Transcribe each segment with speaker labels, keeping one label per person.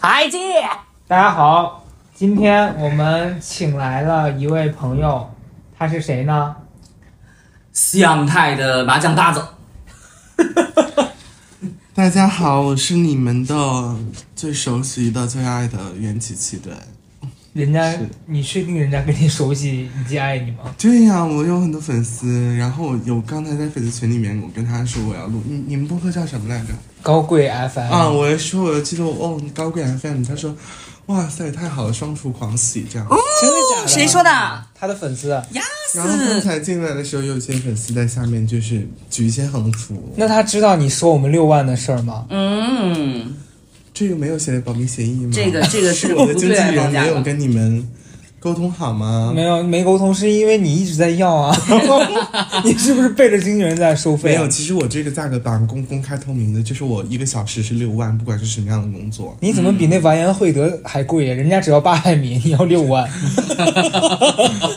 Speaker 1: 才气。
Speaker 2: 大家好，今天我们请来了一位朋友，他是谁呢？
Speaker 1: 香太的麻将搭子，
Speaker 3: 大家好，我是你们的最熟悉的、最爱的袁琪琪。对，
Speaker 2: 人家
Speaker 3: 是
Speaker 2: 你确定人家跟你熟悉以及爱你吗？
Speaker 3: 对呀、我有很多粉丝，然后有刚才在粉丝群里面，我跟他说我要录，你你们播客叫什么来着？
Speaker 2: 高贵 FM
Speaker 3: 啊，我说我记得我哦，高贵 FM，他说，哇塞，太好了，双厨狂喜这样。
Speaker 2: 真的假的？
Speaker 1: 谁说？的？
Speaker 2: 他的粉丝？
Speaker 3: 然后刚才进来的时候，有一些粉丝在下面就是举一些横幅，
Speaker 2: 那他知道你收我们六万的事儿吗？
Speaker 1: 嗯，
Speaker 3: 这个没有写在保密协议吗？
Speaker 1: 这个这个是
Speaker 3: 是我的
Speaker 1: 不
Speaker 3: 经
Speaker 1: 对
Speaker 3: 纪
Speaker 1: 啊
Speaker 3: 人
Speaker 1: 王家
Speaker 3: 没有
Speaker 1: 的
Speaker 3: 跟你们沟通好吗？
Speaker 2: 没有，没沟通是因为你一直在要 啊， 你是不是背着经纪人在收费？啊
Speaker 3: 没有，，其实我这个价格档公公开透明的，就是我一个小时是六万，不管是什么样的 工作。
Speaker 2: 你怎么比那完颜慧德还贵呀、啊人家只要八百米，你要六万。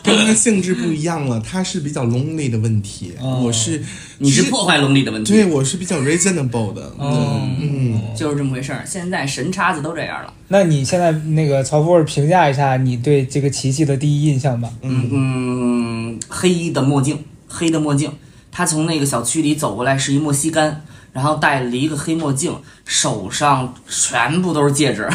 Speaker 3: 跟它性质不一样了，它是比较 lonely 的问题，
Speaker 2: 哦
Speaker 3: 我是
Speaker 1: 你是
Speaker 3: 其实
Speaker 1: 破坏伦理的问
Speaker 3: 对
Speaker 1: 题，
Speaker 3: 我是比较 reasonable 的，
Speaker 2: 哦
Speaker 3: 嗯，
Speaker 1: 就是这么回事儿。现在神叉子都这样了，
Speaker 2: 那你现在那个曹夫尔评价一下你对这个琪琪的第一印象吧。
Speaker 1: 嗯嗯，黑的墨镜，黑的墨镜，他从那个小区里走过来是一莫西干，然后戴了一个黑墨镜，手上全部都是戒指。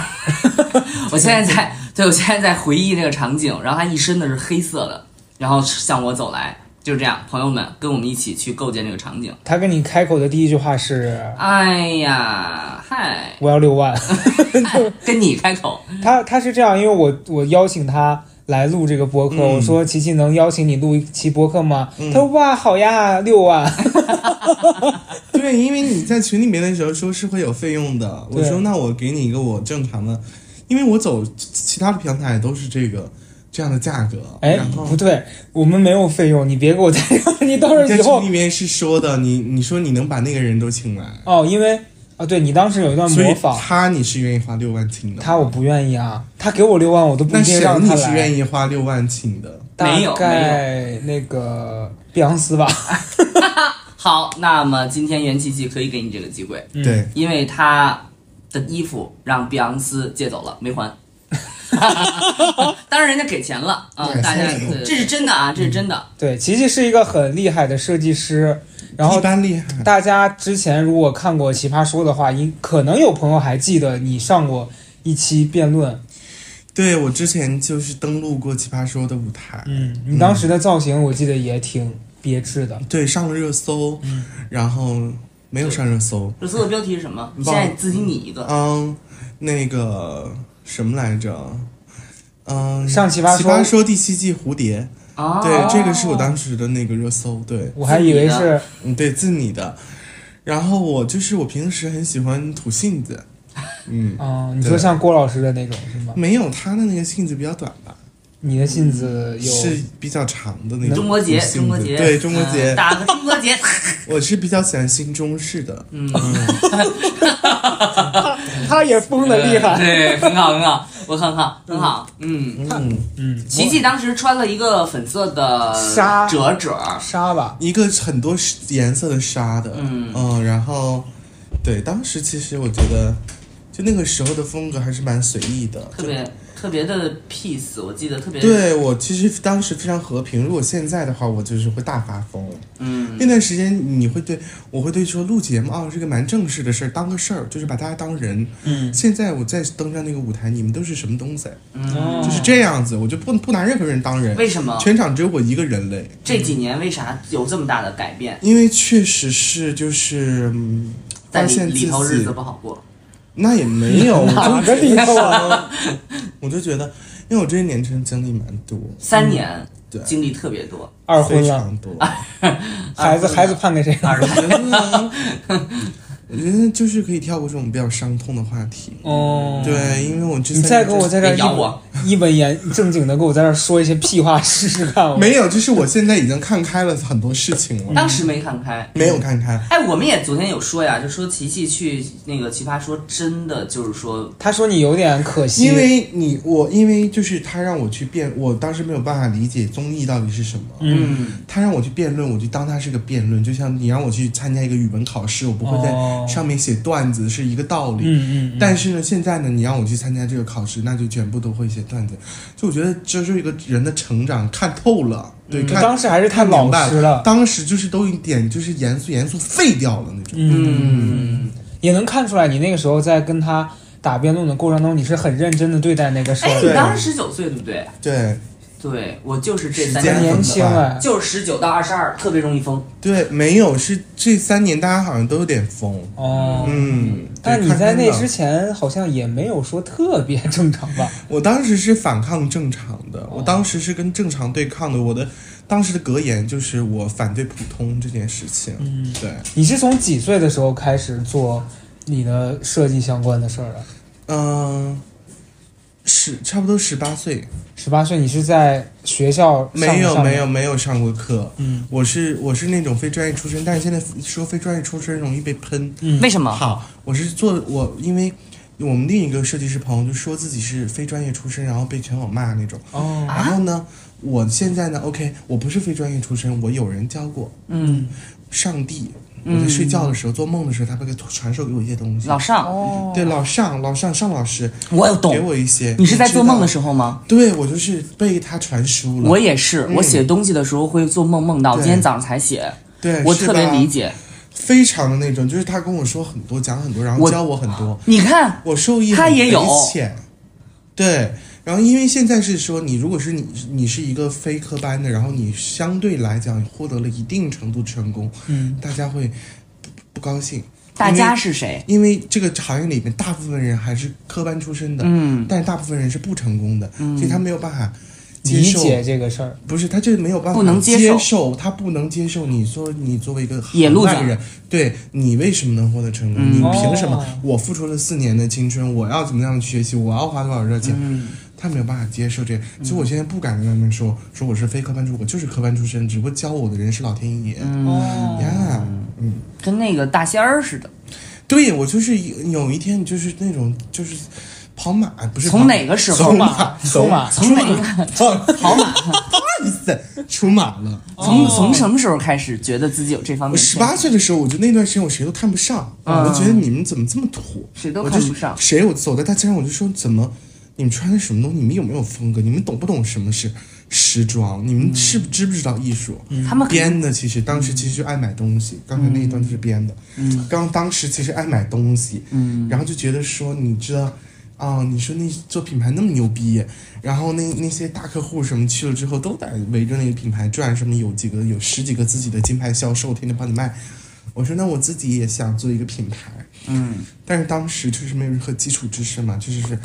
Speaker 1: 我现在在，对我现在在回忆这个场景，然后他一身的是黑色的，然后向我走来，就是这样，朋友们跟我们一起去构建这个场景。
Speaker 2: 他跟你开口的第一句话是
Speaker 1: 哎呀，嗨，
Speaker 2: “我要六万
Speaker 1: 跟你开口，”，
Speaker 2: 他他是这样，因为我我邀请他来录这个播客，
Speaker 3: 嗯
Speaker 2: 我说琪琪能邀请你录一期播客吗？
Speaker 3: 嗯
Speaker 2: 他说哇好呀，六万。
Speaker 3: 对，因为你在群里面的时候说是会有费用的，
Speaker 2: 对
Speaker 3: 我说那我给你一个我正常的，因为我走其他的平台都是这个这样的价格，
Speaker 2: 哎
Speaker 3: 然后
Speaker 2: 不。对，我们没有费用，你别给我再 你到
Speaker 3: 你
Speaker 2: 时候
Speaker 3: 在
Speaker 2: 以后
Speaker 3: 群里面是说的，你你说你能把那个人都请来，
Speaker 2: 哦，因为啊对你当时有一段
Speaker 3: 所
Speaker 2: 模
Speaker 3: 以
Speaker 2: 仿，
Speaker 3: 他你是愿意花六万请的，
Speaker 2: 他我不愿意啊，他给我六万我都不
Speaker 3: 那
Speaker 2: 一
Speaker 3: 谁
Speaker 2: 定让
Speaker 3: 你
Speaker 2: 他
Speaker 3: 是
Speaker 2: 来。
Speaker 3: 愿意花六万请的？
Speaker 2: 大
Speaker 1: 没有
Speaker 2: 概那个碧昂斯吧。
Speaker 1: 好，那么今天袁琪琪可以给你这个机会，
Speaker 2: 嗯
Speaker 3: 对，
Speaker 1: 因为她的衣服让碧昂斯借走了，没还。 当然，人家给钱了啊！
Speaker 3: 对
Speaker 1: 大家
Speaker 3: 送礼
Speaker 1: 这是真的啊，这是真
Speaker 3: 嗯
Speaker 1: 的。
Speaker 2: 对，琪琪是一个很厉害的设计师，然后
Speaker 3: 一。般厉害。
Speaker 2: 大家之前如果看过《奇葩说》的话，应可能有朋友还记得你上过一期辩论，
Speaker 3: 对我之前就是登录过《奇葩说》的舞台，
Speaker 2: 嗯，你当时的造型我记得也挺别致的，
Speaker 3: 对，上了热搜，
Speaker 2: 嗯
Speaker 3: 然后没有上热搜，
Speaker 1: 热搜的标题是什么？你现在自己拟一个。
Speaker 3: 嗯，那个什么来着？嗯，
Speaker 2: 上奇葩
Speaker 3: 奇
Speaker 2: 说哦
Speaker 3: 葩说第七季蝴蝶，
Speaker 1: 啊，
Speaker 3: 对，这个是我当时的那个热搜，对，
Speaker 2: 我还以为是
Speaker 3: 嗯，对，自拟的。然后我就是我平时很喜欢吐信子，嗯，
Speaker 2: 嗯、你说像郭老师的那种是吗？
Speaker 3: 没有他的那个信子比较短吧，
Speaker 2: 你的信子有
Speaker 3: 是比较长的那种。
Speaker 1: 中国结，
Speaker 3: 信子
Speaker 1: 中国结，
Speaker 3: 对中国结
Speaker 1: 嗯，打个中国 结。
Speaker 3: 我是比较喜欢新中式的，
Speaker 1: 嗯，
Speaker 2: 他也疯的厉害，
Speaker 1: 对，很好，很好，我很好，很好，嗯。
Speaker 3: 嗯，
Speaker 2: 嗯，
Speaker 1: 琪琪当时穿了一个粉色的
Speaker 2: 纱
Speaker 1: 褶褶，
Speaker 2: 沙吧，
Speaker 3: 一个很多颜色的纱的，
Speaker 1: 嗯
Speaker 3: 然后，对，当时其实我觉得，就那个时候的风格还是蛮随意的，
Speaker 1: 特别特别的 peace，我记得特别
Speaker 3: 就。对我其实当时非常和平，如果现在的话，我就是会大发疯。
Speaker 1: 嗯
Speaker 3: 那段时间你会对我会对说录节目啊、是个蛮正式的事儿，当个事儿，就是把大家当人。
Speaker 2: 嗯，
Speaker 3: 现在我再登上那个舞台，你们都是什么东西？
Speaker 1: 嗯，
Speaker 3: 就是这样子，我就不不拿任何人当人，
Speaker 1: 为什么
Speaker 3: 全场只有我一个人类。
Speaker 1: 这几年为啥有这么大的改变？
Speaker 3: 因为确实是就是、嗯、
Speaker 1: 在
Speaker 3: 发
Speaker 1: 里
Speaker 3: 现自
Speaker 1: 里头日
Speaker 3: 己
Speaker 1: 子不好过。
Speaker 3: 那也没有，
Speaker 2: 哪
Speaker 3: 我
Speaker 2: 个里头啊？
Speaker 3: 就我就觉得，因为我这些年真的经历蛮多，
Speaker 1: 三年
Speaker 3: 嗯对
Speaker 1: 经历特别 多，
Speaker 2: 二婚
Speaker 3: 非
Speaker 2: 了，
Speaker 3: 常多。
Speaker 2: 孩子孩子判给谁？
Speaker 1: 二
Speaker 3: 我觉得，我觉得嗯就是可以跳过这种比较伤痛的话题。
Speaker 2: 哦，
Speaker 3: 对，因为我之
Speaker 2: 你
Speaker 3: 前
Speaker 2: 再跟我在这儿
Speaker 1: 别
Speaker 2: 一
Speaker 1: 咬
Speaker 2: 本
Speaker 1: 我
Speaker 2: 一本言正经的跟我在这儿说一些屁话试试看，我
Speaker 3: 没有，就是我现在已经看开了很多事情
Speaker 2: 嗯
Speaker 3: 了，
Speaker 1: 当时没看开。
Speaker 3: 没有看开。
Speaker 1: 哎，我们也昨天有说呀，就说琪琪去那个奇葩说，真的就是说，
Speaker 2: 他说你有点可惜，
Speaker 3: 因为你我，因为就是他让我去辩，我当时没有办法理解综艺到底是什么。
Speaker 2: 嗯，
Speaker 1: 嗯，
Speaker 3: 他让我去辩论，我就当他是个辩论，就像你让我去参加一个语文考试，我不会再
Speaker 2: 哦
Speaker 3: 上面写段子是一个道理。
Speaker 2: 嗯嗯，
Speaker 3: 但是呢，现在呢，你让我去参加这个考试，那就全部都会写段子。就我觉得这就是一个人的成长，看透了，对，
Speaker 1: 嗯
Speaker 3: 看
Speaker 2: 当时还是太老实了，
Speaker 3: 当时就是都一点就是严肃严肃废掉了那种。
Speaker 1: 嗯，
Speaker 2: 也能看出来你那个时候在跟他打辩论的过程中，你是很认真的对待那个事
Speaker 1: 哎，
Speaker 2: 儿。
Speaker 1: 你
Speaker 3: 对
Speaker 1: 当时十九岁对不对？
Speaker 3: 对
Speaker 1: 对，我就是这
Speaker 3: 时
Speaker 1: 三
Speaker 3: 间
Speaker 2: 很
Speaker 1: 年，
Speaker 2: 年轻哎，
Speaker 1: 就是十九到二十二，特别容易疯。
Speaker 3: 对，没有是这三年大家好像都有点疯。
Speaker 2: 哦，
Speaker 3: 嗯，
Speaker 2: 但
Speaker 3: 对
Speaker 2: 你
Speaker 3: 看
Speaker 2: 在
Speaker 3: 真
Speaker 2: 那
Speaker 3: 的
Speaker 2: 之前好像也没有说特别正常吧？
Speaker 3: 我当时是反抗正常
Speaker 2: 哦
Speaker 3: 的，我当时是跟正常对抗的。我的当时的格言就是我反对普通这件事情。
Speaker 2: 嗯，
Speaker 3: 对，
Speaker 2: 你是从几岁的时候开始做你的设计相关的事儿的？
Speaker 3: 嗯、十差不多十八岁，
Speaker 2: 十八岁，你是在学校上
Speaker 3: 没有
Speaker 2: 上
Speaker 3: 没有没有上过课。
Speaker 2: 嗯
Speaker 3: 我是我是那种非专业出身，但是现在说非专业出身容易被喷。
Speaker 2: 嗯
Speaker 1: 为什么？
Speaker 3: 好，我是做我因为我们另一个设计师朋友就说自己是非专业出身，然后被全网骂那种。
Speaker 1: 啊
Speaker 2: 哦
Speaker 3: 然后呢，我现在呢，OK，我不是非专业出身，我有人教过
Speaker 1: 嗯，
Speaker 3: 上帝。我
Speaker 1: 嗯
Speaker 3: 在睡觉的时候、做梦的时候，他会给传授给我一些东西。
Speaker 1: 老尚，
Speaker 2: 哦，
Speaker 3: 对老上老上上老师
Speaker 1: 我有
Speaker 3: 给
Speaker 1: 懂。
Speaker 3: 我一些。
Speaker 1: 你是在做梦的
Speaker 3: 时
Speaker 1: 时候吗？
Speaker 3: 候？对，我就是被他传输了。
Speaker 1: 我也是，
Speaker 3: 嗯
Speaker 1: 我写东西的时候会做梦，梦到
Speaker 3: 对
Speaker 1: 今天早上才写，
Speaker 3: 对，
Speaker 1: 我
Speaker 3: 是
Speaker 1: 特别
Speaker 3: 吧
Speaker 1: 理，解。
Speaker 3: 非常的那种，就是他跟我说很多，讲很多，然后
Speaker 1: 我
Speaker 3: 教我很多。
Speaker 1: 你看，
Speaker 3: 我受益
Speaker 1: 他
Speaker 3: 很
Speaker 1: 也有
Speaker 3: 匪浅对。然后因为现在是说，你如果是你你是一个非科班的，然后你相对来讲获得了一定程度的成功，
Speaker 2: 嗯，
Speaker 3: 大家会不不高兴，
Speaker 1: 大家是谁？
Speaker 3: 因为这个行业里面大部分人还是科班出身的，
Speaker 1: 嗯，
Speaker 3: 但是大部分人是不成功的，所以他没有办法接
Speaker 2: 理
Speaker 3: 受，
Speaker 2: 解这个事儿，
Speaker 3: 不是他这没有办法
Speaker 1: 不能接
Speaker 3: 接
Speaker 1: 受
Speaker 3: 他不能接受你说你作为一个
Speaker 1: 野路子
Speaker 3: 行外人，对你为什么能获得成功？
Speaker 1: 嗯
Speaker 3: 你凭什么？
Speaker 2: 哦
Speaker 3: 我付出了四年的青春，我要怎么样去学习？我要花多少热情？
Speaker 1: 嗯，
Speaker 3: 他没有办法接受这，所以我现在不敢跟他们说，说我是非科班出，我就是科班出身，只不过教我的人是老天爷。
Speaker 1: 嗯
Speaker 2: 哦
Speaker 3: 呀，嗯，
Speaker 1: 跟那个大仙儿似的。
Speaker 3: 对我就是有一天就是那种就是跑马不是
Speaker 1: 从
Speaker 3: 跑
Speaker 1: 哪个时候
Speaker 3: 走
Speaker 2: 马
Speaker 3: 马
Speaker 2: 走马
Speaker 1: 从哪 个？
Speaker 3: 跑马，哇塞，出马了。
Speaker 1: 从从什么时候开始觉得自己有这方面
Speaker 3: 我
Speaker 1: 的
Speaker 3: 十
Speaker 1: 天赋？
Speaker 3: 八岁的时候，我觉得那段时间我谁都看不上，
Speaker 1: 嗯
Speaker 3: 我觉得你们怎么这么土，
Speaker 1: 谁都
Speaker 3: 我
Speaker 1: 看
Speaker 3: 就
Speaker 1: 不
Speaker 3: 是
Speaker 1: 上。
Speaker 3: 谁我走在大街上，我就说怎么你们穿的什么东西，你们有没有风格，你们懂不懂什么是时装，你
Speaker 1: 嗯
Speaker 3: 们是不知不知道艺术？
Speaker 1: 他们肯
Speaker 3: 编的其实当时其实就爱买东西，刚才那一段就是编的。
Speaker 1: 嗯，
Speaker 3: 刚当时其实爱买东西，
Speaker 1: 嗯，
Speaker 3: 然后就觉得说你知道。啊、你说那做品牌那么牛逼，然后那那些大客户什么去了之后，都在围着那个品牌转，什么有几个有十几个自己的金牌销售，天天帮你卖。我说那我自己也想做一个品牌，
Speaker 1: 嗯，
Speaker 3: 但是当时就是没有任何基础知识嘛，就是是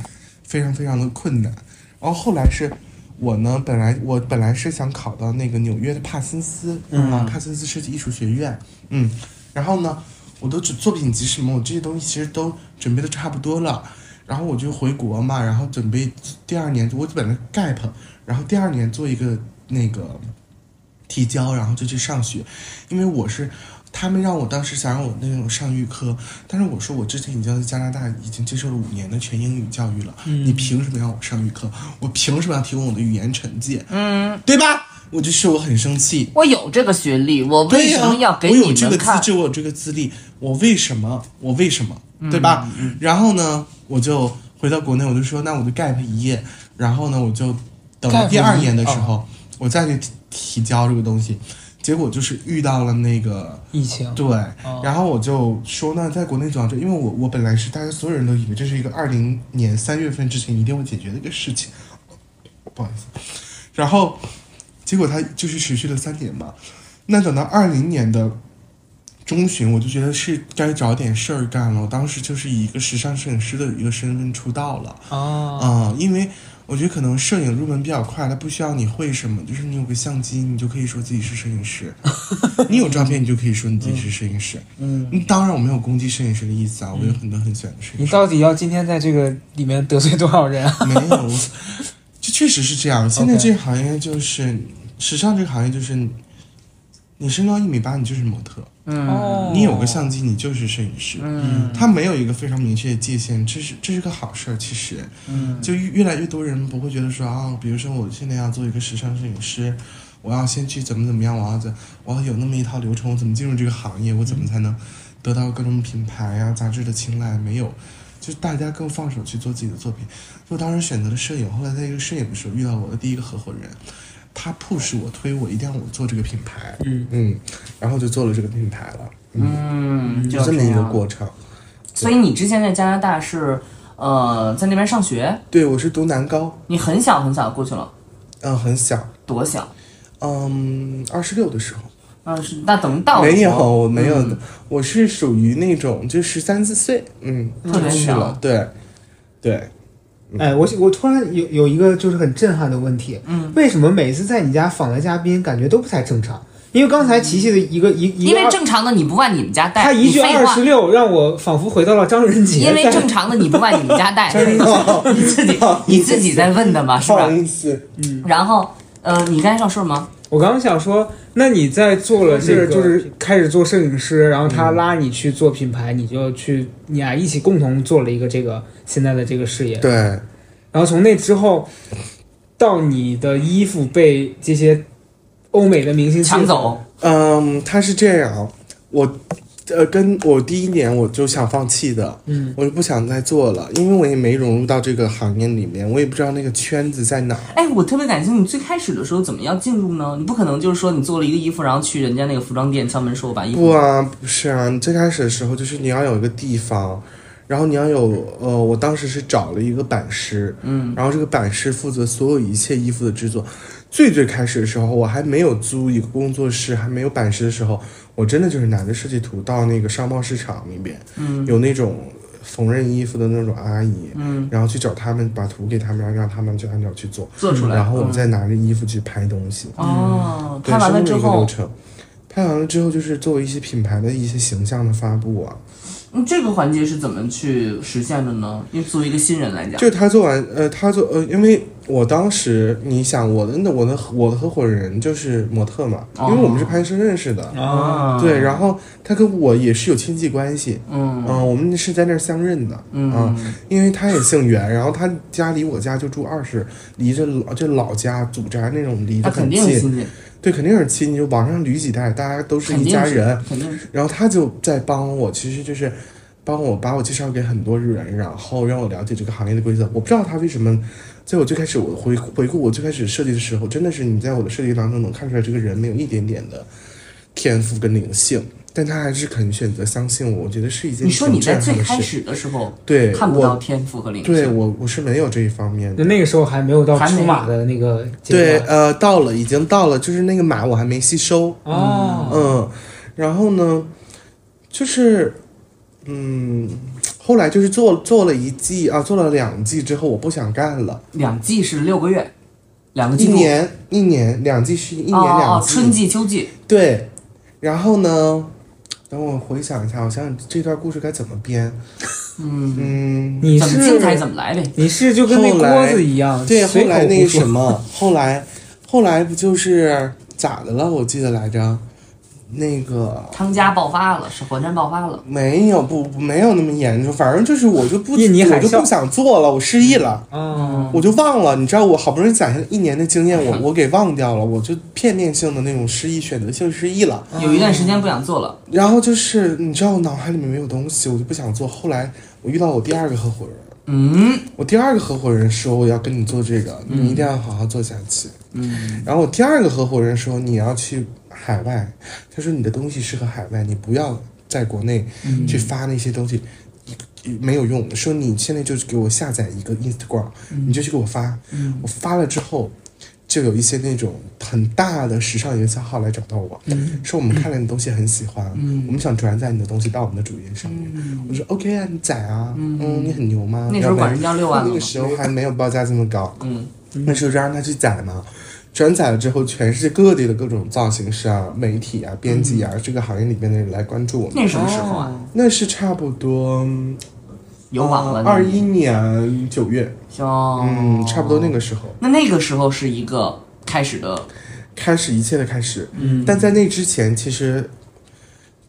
Speaker 3: 非常非常的困难。然后后来是我呢，本来我本来是想考到那个纽约的帕森斯，
Speaker 1: 嗯
Speaker 3: 啊，帕森斯设计艺术学院，嗯，然后呢，我都作品集什么，我这些东西其实都准备的差不多了。然后我就回国嘛，然后准备第二年，我本来 gap，然后第二年做一个那个提交，然后就去上学，因为我是他们让我当时想让我那种上预科，但是我说我之前已经在加拿大已经接受了五年的全英语教育了，
Speaker 1: 嗯
Speaker 3: 你凭什么让我上预科？我凭什么要提供我的语言惩戒？嗯，对吧？我就是我很生气。
Speaker 1: 我有这个学历，我为
Speaker 3: 对呀
Speaker 1: 什么要给
Speaker 3: 我有
Speaker 1: 你
Speaker 3: 这个
Speaker 1: 们
Speaker 3: 资
Speaker 1: 看？
Speaker 3: 质，我有这个资历，我为什么？我为什么？
Speaker 1: 嗯
Speaker 3: 对吧？然后呢，我就回到国内，我就说，那我就 gap 一页，然后呢，我就等
Speaker 2: gap
Speaker 3: 第二
Speaker 2: 一
Speaker 3: 年的时
Speaker 2: 哦
Speaker 3: 候，我再去提提交这个东西。结果就是遇到了那个
Speaker 2: 疫情，
Speaker 3: 对，然后我就说呢，在国内走到这，因为我我本来是大家所有人都以为这是一个二零年三月份之前一定会解决的一个事情，不好意思。然后结果它就是持续了三年嘛。那等到二零年的中旬，我就觉得是该找点事儿干了。我当时就是以一个时尚摄影师的一个身份出道了。
Speaker 2: 啊，
Speaker 3: 啊、因为我觉得可能摄影入门比较快，它不需要你会什么，就是你有个相机，你就可以说自己是摄影师；你有照片，你就可以说你自己是摄影师。
Speaker 1: 嗯，
Speaker 3: 嗯当然，我没有攻击摄影师的意思啊，我有很多很喜欢的摄
Speaker 2: 你
Speaker 3: 影师，
Speaker 2: 到底要今天在这个里面得罪多少人啊？
Speaker 3: 没有，我这确实是这样。现在这个行业就是时尚这个行业，就是你身高一米八，你就是模特；
Speaker 1: 嗯
Speaker 2: 哦
Speaker 3: 你有个相机，你就是摄影师。
Speaker 1: 嗯
Speaker 3: 它没有一个非常明确的界限，这是这是个好事儿。其实，
Speaker 1: 嗯，
Speaker 3: 就越越来越多人不会觉得说啊，比如说我现在要做一个时尚摄影师，我要先去怎么怎么样，我要怎我要有那么一套流程，我怎么进入这个行业，我怎么才能得到各种品牌啊、杂志的青睐，没有，就是大家更放手去做自己的作品。我当时选择了摄影，后来在一个摄影的时候遇到我的第一个合伙人，他 push 我推我，一定要我做这个品牌，
Speaker 2: 嗯
Speaker 3: 嗯，然后就做了这个品牌了，嗯，
Speaker 1: 嗯，
Speaker 3: 就
Speaker 1: 要
Speaker 3: 这么一个
Speaker 1: 样
Speaker 3: 过程。
Speaker 1: 所以你之前在加拿大是呃在那边上学，
Speaker 3: 对我是读南高，
Speaker 1: 你很小很小过去了，
Speaker 3: 嗯，很小，
Speaker 1: 多小？
Speaker 3: 嗯，二十六的时候。
Speaker 1: 嗯，是那等到的
Speaker 3: 没
Speaker 1: 时
Speaker 3: 有，
Speaker 1: 候
Speaker 3: 我没有，
Speaker 1: 嗯
Speaker 3: 我是属于那种就十三四岁，嗯，
Speaker 1: 特别
Speaker 3: 就去
Speaker 1: 小
Speaker 3: 了，对，对，
Speaker 4: 哎，我我突然有有一个就是很震撼的问题，嗯，为什么每次在你家访的嘉宾感觉都不太正常？因为刚才琪琪的一个一一
Speaker 1: 因
Speaker 4: 个
Speaker 1: 为
Speaker 4: 二，
Speaker 1: 正常的你不往你们家带，
Speaker 2: 他一句
Speaker 1: 你废
Speaker 2: 二
Speaker 1: 话
Speaker 2: 十。六，让我仿佛回到了张仁杰。
Speaker 1: 因为
Speaker 2: 在
Speaker 1: 正常的你不往你们家 带，你自己你自己在问的嘛，是
Speaker 3: 不好
Speaker 1: 吧？
Speaker 3: 意思，
Speaker 1: 然后，呃，你刚才要说什么？
Speaker 2: 我刚刚想说，那你在做了这个，
Speaker 4: 就
Speaker 2: 就是是开始做摄影师，然后他拉你去做品牌，你就去，你俩一起共同做了一个这个现在的这个事业。
Speaker 3: 对，
Speaker 2: 然后从那之后，到你的衣服被这些欧美的明星
Speaker 1: 抢走，
Speaker 3: 嗯，他是这样，我，呃，跟我第一年我就想放弃的，
Speaker 2: 嗯，
Speaker 3: 我就不想再做了，因为我也没融入到这个行业里面，我也不知道那个圈子在哪儿，
Speaker 1: 哎，我特别感兴趣，你最开始的时候怎么样进入呢？你不可能就是说你做了一个衣服，然后去人家那个服装店敲门说我把衣
Speaker 3: 不
Speaker 1: 服。
Speaker 3: 啊，不是啊，你最开始的时候就是你要有一个地方，然后你要有呃，我当时是找了一个版师，嗯，然后这个版师负责所有一切衣服的制作。最最开始的时候，我还没有租一个工作室，还没有版师的时候，我真的就是拿着设计图到那个商贸市场里边，嗯，有那种缝纫衣服的那种阿姨，嗯，然后去找他们，把图给他们，然后让他们去按照去做，
Speaker 1: 做出来
Speaker 3: 嗯然后我再拿着衣服去拍东西，
Speaker 1: 哦，
Speaker 3: 对
Speaker 1: 拍完了之
Speaker 3: 是这么一个流
Speaker 1: 后，
Speaker 3: 程，拍完了之后就是作为一些品牌的一些形象的发布啊，
Speaker 1: 嗯这个环节是怎么去实现的呢？因为作为一个新人来讲，
Speaker 3: 就他做完，呃，他做，呃，因为我当时你想我的那我的我的合伙人就是模特嘛，因为我
Speaker 1: 哦
Speaker 3: 们是拍摄认识的，
Speaker 2: 啊，
Speaker 1: 嗯
Speaker 3: 嗯对，然后他跟我也是有亲戚关系，嗯、我们是在那儿相认的，嗯、因为他也姓袁，然后他家离我家就住二十，离着老就老家祖宅那种离
Speaker 1: 他
Speaker 3: 得
Speaker 1: 肯
Speaker 3: 很
Speaker 1: 定是
Speaker 3: 近，
Speaker 1: 新人，
Speaker 3: 对，肯定是亲，你就往上捋几代，大家都是
Speaker 1: 肯
Speaker 3: 一
Speaker 1: 定
Speaker 3: 家
Speaker 1: 是
Speaker 3: 人，，
Speaker 1: 肯定是。
Speaker 3: 然后他就在帮我，其实就是帮我把我介绍给很多人，然后让我了解这个行业的规则。我不知道他为什么，在我最开始我回回顾我最开始设计的时候，真的是你在我的设计当中能看出来这个人没有一点点的天赋跟灵性，但他还是肯选择相信我，我觉得是一件
Speaker 1: 你说你在
Speaker 3: 挺震
Speaker 1: 最
Speaker 3: 撼的
Speaker 1: 开
Speaker 3: 事
Speaker 1: 始的时候
Speaker 3: 对
Speaker 1: 看不到
Speaker 3: 我
Speaker 1: 天赋和灵
Speaker 3: 对
Speaker 1: 性，
Speaker 3: 我我是没有这一方面
Speaker 2: 那
Speaker 3: 的。
Speaker 2: 那个时候还没有到
Speaker 1: 还没
Speaker 2: 出马的那个阶
Speaker 3: 对，
Speaker 2: 段。
Speaker 3: 呃，到了，已经到了，就是那个码我还没吸收，
Speaker 2: 哦，
Speaker 3: 嗯，然后呢，就是，嗯，后来就是做做了一季啊，做了两季之后，我不想干了，
Speaker 1: 两季是六个月，两个季
Speaker 3: 一
Speaker 1: 度，
Speaker 3: 年一年两季是一年
Speaker 1: 哦哦
Speaker 3: 两
Speaker 1: 哦，
Speaker 3: 季，
Speaker 1: 春季、秋季，
Speaker 3: 对，然后呢，等我回想一下，我想想这段故事该怎么编，嗯
Speaker 2: 你
Speaker 1: 怎么精彩
Speaker 2: 是
Speaker 1: 怎么来呗。
Speaker 2: 你是就跟那
Speaker 3: 后来
Speaker 2: 锅子一样，
Speaker 3: 对，
Speaker 2: 随
Speaker 3: 后
Speaker 2: 口
Speaker 3: 来那
Speaker 2: 胡
Speaker 3: 个
Speaker 2: 说
Speaker 3: 什，么，后来后来不就是咋的了？我记得来着，那个
Speaker 1: 汤家爆发了，是火山爆发了。
Speaker 3: 没有不不没有那么严重，反正就是我就不
Speaker 2: 印尼海
Speaker 3: 我
Speaker 2: 啸
Speaker 3: 就不想做了，我失忆了，
Speaker 2: 啊，
Speaker 3: 我就忘了，你知道我好不容易攒下一年的经验，我我给忘掉了，我就片面性的那种失忆，选择性失忆了。
Speaker 1: 有一段时间不想做了，
Speaker 3: 然后就是你知道我脑海里面没有东西，我就不想做。后来我遇到我第二个合伙人，
Speaker 1: 嗯，
Speaker 3: 我第二个合伙人说我要跟你做这个，你一定要好好做下去。嗯，然后我第二个合伙人说你要去海外，他说你的东西适合海外，你不要在国内
Speaker 1: 嗯
Speaker 3: 去发那些东西。没有用，说你现在就是给我下载一个 Instagram，、你
Speaker 1: 嗯
Speaker 3: 就去给我发，我发了之后，就有一些那种很大的时尚营销号来找到我，
Speaker 1: 嗯
Speaker 3: 说我们看了你的东西很喜欢，我们想转载你的东西到我们的主页上面，我说 OK 啊，你宰啊，嗯你很牛吗？
Speaker 1: 嗯那时
Speaker 3: 要
Speaker 1: 候
Speaker 3: 不然
Speaker 1: 管人要六万了
Speaker 3: 那
Speaker 1: 嘛。
Speaker 3: 个时候还没有报价这么高，
Speaker 1: 嗯，
Speaker 3: 那时候就让他去载嘛。转载了之后，全世界各地的各种造型师啊、媒体啊、编辑
Speaker 1: 嗯
Speaker 3: 啊，这个行业里面的人来关注我们。
Speaker 1: 那是什么时候啊？
Speaker 2: 哦
Speaker 3: 那是差不多嗯
Speaker 1: 有网了。
Speaker 3: 二一年九月，
Speaker 1: 哦，
Speaker 3: 嗯，差不多那个时候
Speaker 1: 那那个时候是一个开始的，
Speaker 3: 开始一切的开始。嗯，但在那之前，其实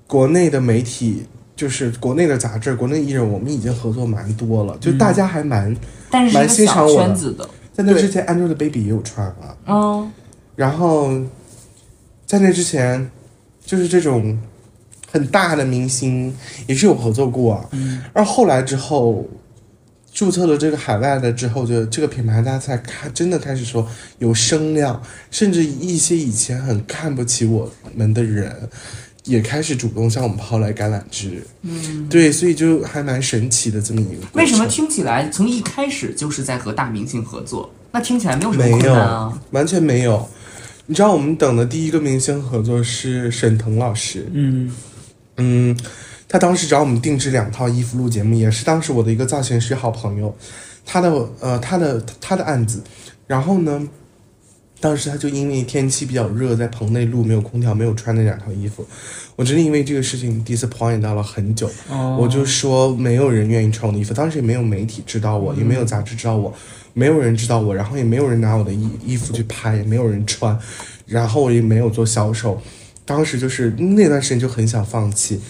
Speaker 3: 国内的媒体就是国内的杂志、国内艺人，我们已经合作蛮多了，就大家还蛮。
Speaker 1: 但是是一
Speaker 3: 蛮
Speaker 1: 个
Speaker 3: 欣赏
Speaker 1: 小
Speaker 3: 我的
Speaker 1: 圈子的。
Speaker 3: 在那之前，Angelababy 也有穿啊，
Speaker 1: 嗯，
Speaker 3: 然后在那之前，就是这种很大的明星也是有合作过，嗯，而后来之后注册了这个海外的之后，就这个品牌它才开真的开始说有声量，甚至一些以前很看不起我们的人，也开始主动向我们抛来橄榄枝，嗯，对，所以就还蛮神奇的这么一个过程。
Speaker 1: 为什么听起来从一开始就是在和大明星合作？那听起来没有什么
Speaker 3: 没
Speaker 1: 困
Speaker 3: 有
Speaker 1: 难啊。
Speaker 3: 完全没有？你知道我们等的第一个明星合作是沈腾老师，
Speaker 2: 嗯，
Speaker 3: 嗯，他当时找我们定制两套衣服录节目，也是当时我的一个造型师好朋友，他的呃他的他的案子，然后呢，当时他就因为天气比较热，在棚内录没有空调，没有穿那两套衣服，我真的因为这个事情 disappoint 到了很久，
Speaker 2: 哦，
Speaker 3: 我就说没有人愿意穿我的衣服，当时也没有媒体知道我，
Speaker 1: 嗯
Speaker 3: 也没有杂志知道我，没有人知道我，然后也没有人拿我的衣衣服去拍，也没有人穿，然后我也没有做销售，当时就是那段时间就很想放弃，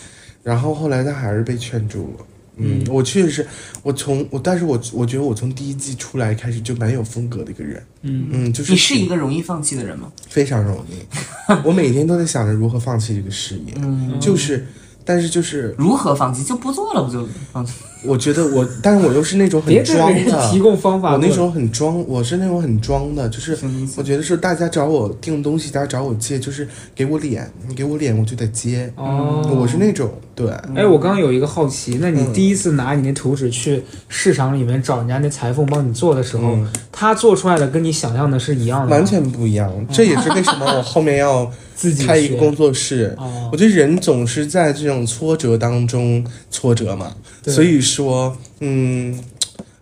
Speaker 3: 然后后来他还是被劝住了。嗯，我确实是，我从我，但是我我觉得我从第一季出来开始就蛮有风格的一个人，嗯嗯，就是
Speaker 1: 你是
Speaker 3: 挺
Speaker 1: 一个容易放弃的人吗？
Speaker 3: 非常容易， 我每天都在想着如何放弃这个事业，
Speaker 1: 嗯
Speaker 3: 就是，但是就是
Speaker 1: 如何放弃？就不做了，不就放弃？
Speaker 3: 我觉得我，但是我又是那种很
Speaker 2: 别这
Speaker 3: 装
Speaker 2: 个人提
Speaker 3: 的，
Speaker 2: 供方法
Speaker 3: 我
Speaker 2: 论，
Speaker 3: 那时候很装，我是那种很装的，就是我觉得是大家找我订东西，大家找我借，就是给我脸，你给我脸我就得接，
Speaker 2: 哦，
Speaker 3: 我是那种对，
Speaker 2: 哎，我刚刚有一个好奇，那你
Speaker 3: 嗯
Speaker 2: 第一次拿你那图纸去市场里面找人家那裁缝帮你做的时候，
Speaker 3: 嗯
Speaker 2: 他做出来的跟你想象的是一样的吗，
Speaker 3: 完全不一样，这也是为什么我后面要
Speaker 2: 自己
Speaker 3: 开一个
Speaker 2: 学
Speaker 3: 工作室。
Speaker 2: 哦，
Speaker 3: 我觉得人总是在这种挫折当中挫折嘛，
Speaker 2: 对
Speaker 3: 所以说，嗯，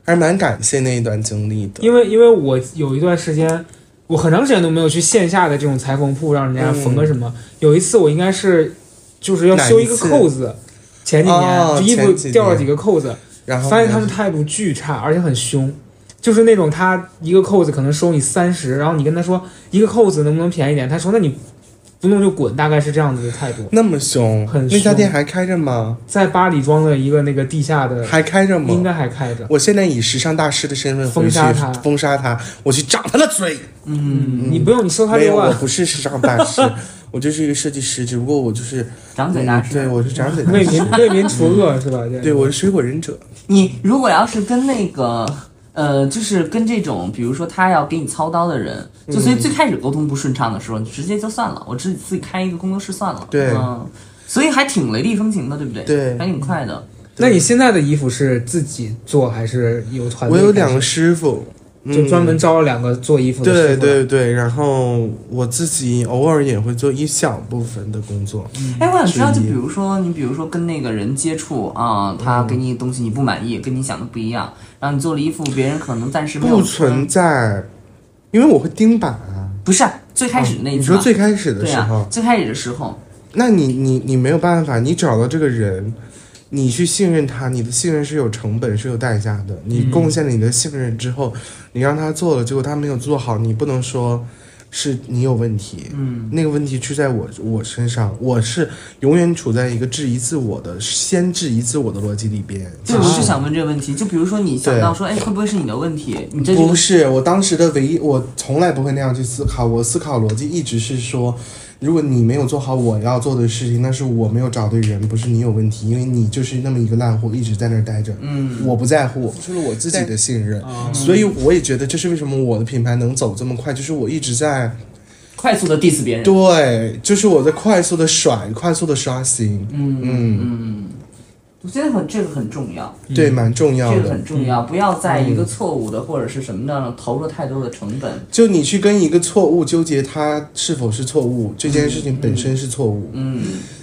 Speaker 3: 还是蛮感谢那一段经历的。
Speaker 2: 因为因为我有一段时间，我很长时间都没有去线下的这种裁缝铺让人家缝个什么。有一次我应该是就是要修一个
Speaker 3: 嗯哪一次
Speaker 2: 扣子，前几年、
Speaker 3: 哦
Speaker 2: 就衣服
Speaker 3: 前几年
Speaker 2: 掉了几个扣子，
Speaker 3: 然后
Speaker 2: 发现
Speaker 3: 呢
Speaker 2: 他们态度巨差，而且很凶。就是那种他一个扣子可能收你三十，然后你跟他说一个扣子能不能便宜点，他说那你不弄就滚，大概是这样子的态度。
Speaker 3: 那么凶，
Speaker 2: 很
Speaker 3: 那家
Speaker 2: 凶
Speaker 3: 店还开着吗？
Speaker 2: 在八里庄的一个那个地下的，
Speaker 3: 还开着吗？
Speaker 2: 应该还开着。
Speaker 3: 我现在以时尚大师的身份回
Speaker 2: 封
Speaker 3: 去
Speaker 2: 杀他
Speaker 3: 封杀他，我去掌他的嘴。
Speaker 2: 嗯，你不用，你收他
Speaker 3: 没有，
Speaker 2: 六
Speaker 3: 我
Speaker 2: 万。
Speaker 3: 不是时尚 大师，我就是一个设计师，只不过我就是
Speaker 1: 长嘴大
Speaker 2: 啊
Speaker 3: 嗯对，
Speaker 1: 师。
Speaker 3: 我是掌嘴大
Speaker 2: 为
Speaker 3: 师，
Speaker 2: 民为民除恶是吧？
Speaker 3: 对，我是水果忍者。
Speaker 1: 你如果要是跟那个呃，就是跟这种，比如说他要给你操刀的人，就
Speaker 3: 嗯
Speaker 1: 所以最开始沟通不顺畅的时候，你直接就算了，我自己自己开一个工作室算了。
Speaker 3: 对
Speaker 1: 嗯，所以还挺雷厉风行的，对不对？
Speaker 3: 对
Speaker 1: 还挺快的。
Speaker 2: 那你现在的衣服是自己做还是有团
Speaker 3: 我
Speaker 2: 队？
Speaker 3: 有两个，师傅，
Speaker 2: 就
Speaker 3: 嗯
Speaker 2: 专门招了两个做衣服的师
Speaker 3: 对
Speaker 2: 傅。，啊
Speaker 3: 对对，然后我自己偶尔也会做一小部分的工作。
Speaker 1: 哎，我想知道，就
Speaker 3: 之
Speaker 1: 比
Speaker 3: 一
Speaker 1: 如说你，比如说跟那个人接触啊、他给你东西你不满意，跟你想的不一样，然后你做了衣服，别人可能暂时没有
Speaker 3: 不存在，因为我会钉板啊。
Speaker 1: 不是啊最开始那一
Speaker 3: 哦你
Speaker 1: 次
Speaker 3: 说
Speaker 1: 嘛、
Speaker 3: 最开始的
Speaker 1: 对
Speaker 3: 时
Speaker 1: 啊，
Speaker 3: 候，
Speaker 1: 最开始的时候，
Speaker 3: 那你你你没有办法，你找到这个人，你去信任他，你的信任是有成本是有代价的。你贡献了你的信任之后，你让他做了，结果他没有做好，你不能说是你有问题。嗯，那个问题是在我我身上，我是永远处在一个质疑自我的先质疑自我的逻辑里边。
Speaker 1: 对，
Speaker 3: 其
Speaker 1: 我
Speaker 3: 实
Speaker 1: 就想问这个问题，就比如说你想到说，哎，会不会是你的问题？你这这
Speaker 3: 不
Speaker 1: 个
Speaker 3: 是，我当时的唯一，我从来不会那样去思考。我思考逻辑一直是说，如果你没有做好我要做的事情，那是我没有找对人，不是你有问题，因为你就是那么一个烂货，一直在那儿待着。嗯，我不在乎，付出了我自己的信任，嗯所以我也觉得这是为什么我的品牌能走这么快，就是我一直在
Speaker 1: 快速的 diss 别人，
Speaker 3: 对，就是我在快速的甩，快速的刷新。嗯嗯，
Speaker 1: 我觉得很这个很重要，
Speaker 3: 对，蛮重要
Speaker 1: 这个
Speaker 3: 的
Speaker 1: 很。重要，不要在一个错误的或者是什么样的投入太多的成本。
Speaker 3: 就你去跟一个错误纠结它是否是错误，这件事情本身是错误。
Speaker 1: 嗯，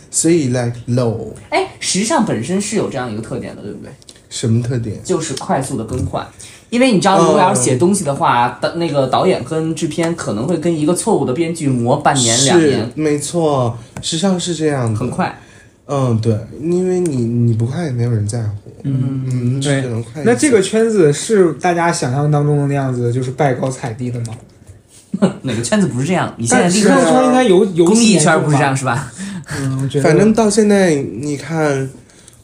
Speaker 3: 所以 like low
Speaker 1: 哎，时尚本身是有这样一个特点的，对不对？
Speaker 3: 什么特点？
Speaker 1: 就是快速的更换。因为你知道，如果要是写东西的话，的、那个导演跟制片可能会跟一个错误的编剧磨半年两
Speaker 3: 是
Speaker 1: 年，
Speaker 3: 没错，时尚是这样
Speaker 1: 很
Speaker 3: 的。
Speaker 1: 快。
Speaker 3: 嗯，对，因为你你不快也没有人在乎。嗯嗯，只
Speaker 2: 对
Speaker 3: 能快一些。
Speaker 2: 那这个圈子是大家想象当中的那样子，就是拜高踩低的吗？
Speaker 1: 哪个圈子不是这样？你现在
Speaker 2: 但
Speaker 1: 立
Speaker 2: 时
Speaker 1: 刻
Speaker 2: 尚
Speaker 3: 是啊
Speaker 2: 圈应该有有
Speaker 1: 公益
Speaker 2: 几年
Speaker 1: 圈不是这样
Speaker 2: 吧？
Speaker 1: 是吧？
Speaker 2: 嗯，我觉得
Speaker 3: 反正到现在，你看，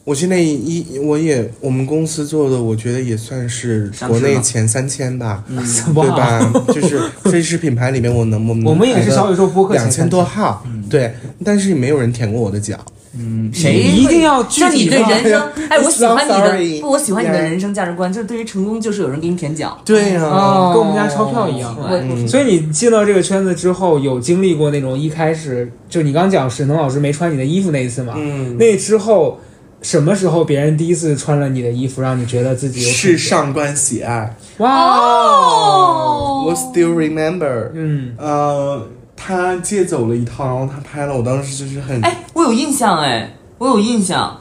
Speaker 3: 我现在一我也我们公司做的，我觉得也算是
Speaker 1: 上市
Speaker 3: 国内
Speaker 1: 了嗯
Speaker 3: 前三千吧，
Speaker 2: 怎么
Speaker 3: 对吧？就是非饰品牌里面，我能我
Speaker 2: 我们也
Speaker 3: 排
Speaker 2: 是
Speaker 3: 到
Speaker 2: 小宇宙播客
Speaker 3: 两嗯
Speaker 2: 前
Speaker 3: 千多号，对，但是没有人舔过我的脚，
Speaker 1: 嗯，
Speaker 2: 你
Speaker 1: 谁
Speaker 2: 一
Speaker 1: 会
Speaker 2: 定要具
Speaker 1: 像你
Speaker 2: 体
Speaker 1: 对
Speaker 2: 化
Speaker 1: 人生，哎，
Speaker 4: I'm
Speaker 1: 我喜欢你
Speaker 4: sorry
Speaker 1: 的，不，我喜欢你的
Speaker 4: Yeah
Speaker 1: 人生价值观，就是对于成功，就是有人给你舔脚，
Speaker 3: 对呀、
Speaker 1: 哦，
Speaker 2: 嗯跟我们家钞票一样
Speaker 1: 我
Speaker 3: 嗯
Speaker 2: 所以你进到这个圈子之后，有经历过那种一开始就你刚讲沈腾老师没穿你的衣服那一次吗？
Speaker 3: 嗯，
Speaker 2: 那之后什么时候别人第一次穿了你的衣服，让你觉得自己有
Speaker 3: 是上官喜爱，
Speaker 2: 哇哦，
Speaker 3: 我 still remember，
Speaker 2: 嗯，
Speaker 3: 呃，他借走了一套，然后他拍了，我当时就是很
Speaker 1: 哎，我有印象，哎，我有印象，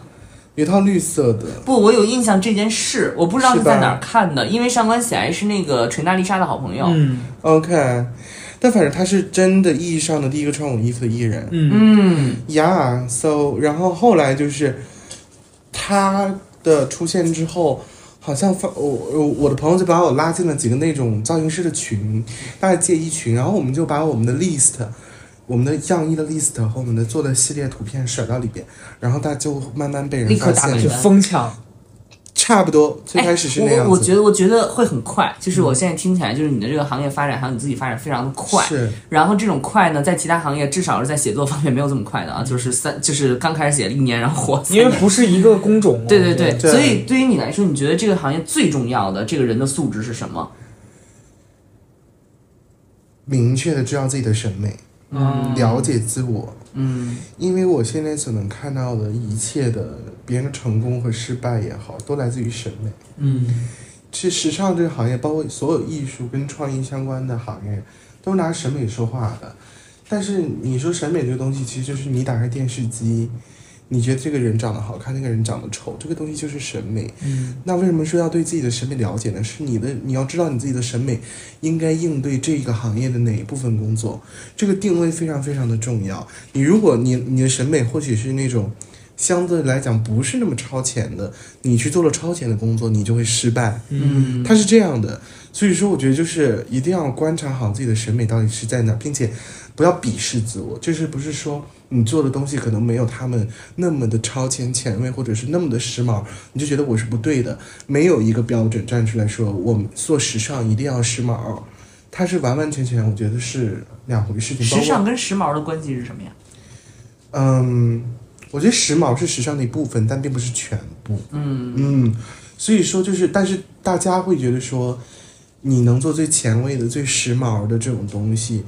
Speaker 3: 有一套绿色的，
Speaker 1: 不，我有印象这件事，我不知道
Speaker 3: 是
Speaker 1: 是在
Speaker 3: 吧
Speaker 1: 哪儿看的，因为上官喜爱是那个锤娜丽莎的好朋友，
Speaker 2: 嗯
Speaker 3: OK，但反正他是真的意义上的第一个穿我衣服的艺人
Speaker 2: 嗯
Speaker 1: 嗯，
Speaker 3: 呀。so，然后后来就是他的出现之后，好像发我我我的朋友就把我拉进了几个那种造型师的群，大概借衣群，然后我们就把我们的 list。我们的样衣的 list 和我们的做的系列图片甩到里边，然后大家就慢慢被人
Speaker 1: 立刻
Speaker 3: 发
Speaker 1: 打
Speaker 3: 现
Speaker 1: 脸
Speaker 2: 是，疯抢，
Speaker 3: 差不多最开始是那
Speaker 1: 哎、
Speaker 3: 样子，嗯
Speaker 1: 我我觉得我觉得会很快，就是我现在听起来，就是你的这个行业发展，还有你自己发展非常的快。
Speaker 3: 是
Speaker 1: 然后这种快呢，在其他行业至少是在写作方面没有这么快的
Speaker 3: 嗯
Speaker 1: 啊，就是三就是刚开始写了一年，然后火三
Speaker 2: 因为
Speaker 1: 年。
Speaker 2: 不是一个工种嘛，
Speaker 1: 对对
Speaker 2: 我觉得
Speaker 1: 对，
Speaker 3: 对
Speaker 1: 所以对于你来说，你觉得这个行业最重要的这个人的素质是什么？
Speaker 3: 明确的知道自己的审美，
Speaker 2: 嗯
Speaker 3: 了解自我，
Speaker 1: 嗯
Speaker 3: 因为我现在所能看到的一切的别人的成功和失败也好，都来自于审美。
Speaker 2: 嗯
Speaker 3: 其实时尚这个行业，包括所有艺术跟创意相关的行业，都拿审美说话的。但是你说审美这个东西，其实就是你打开电视机，你觉得这个人长得好看，那个人长得丑，这个东西就是审美。
Speaker 2: 嗯
Speaker 3: 那为什么说要对自己的审美了解呢？是你的，你要知道你自己的审美应该应对这个行业的哪一部分工作，这个定位非常非常的重要。你如果你你的审美或许是那种相对来讲不是那么超前的，你去做了超前的工作，你就会失败。
Speaker 2: 嗯
Speaker 3: 它是这样的，所以说我觉得就是一定要观察好自己的审美到底是在哪，并且不要鄙视自我，就是不是说你做的东西可能没有他们那么的超前前卫，或者是那么的时髦，你就觉得我是不对的。没有一个标准站出来说我们做时尚一定要时髦，它是完完全全我觉得是两回事情。包
Speaker 1: 时
Speaker 3: 括
Speaker 1: 尚跟时髦的关系是什么呀？
Speaker 3: 嗯，我觉得时髦是时尚的一部分，但并不是全部。嗯嗯，所以说就是，但是大家会觉得说，你能做最前卫的、最时髦的这种东西，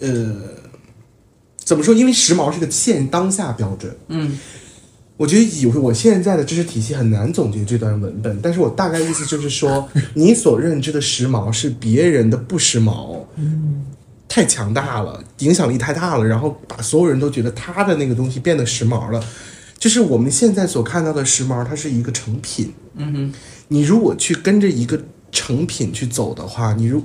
Speaker 3: 呃，怎么说？因为时髦是个现当下标准。
Speaker 1: 嗯，
Speaker 3: 我觉得以我现在的知识体系很难总结这段文本，但是我大概意思就 是说，你所认知的时髦是别人的不时髦，
Speaker 1: 嗯
Speaker 3: 太强大了，影响力太大了，然后把所有人都觉得他的那个东西变得时髦了。就是我们现在所看到的时髦，它是一个成品。
Speaker 1: 嗯哼，
Speaker 3: 你如果去跟着一个成品去走的话，你如，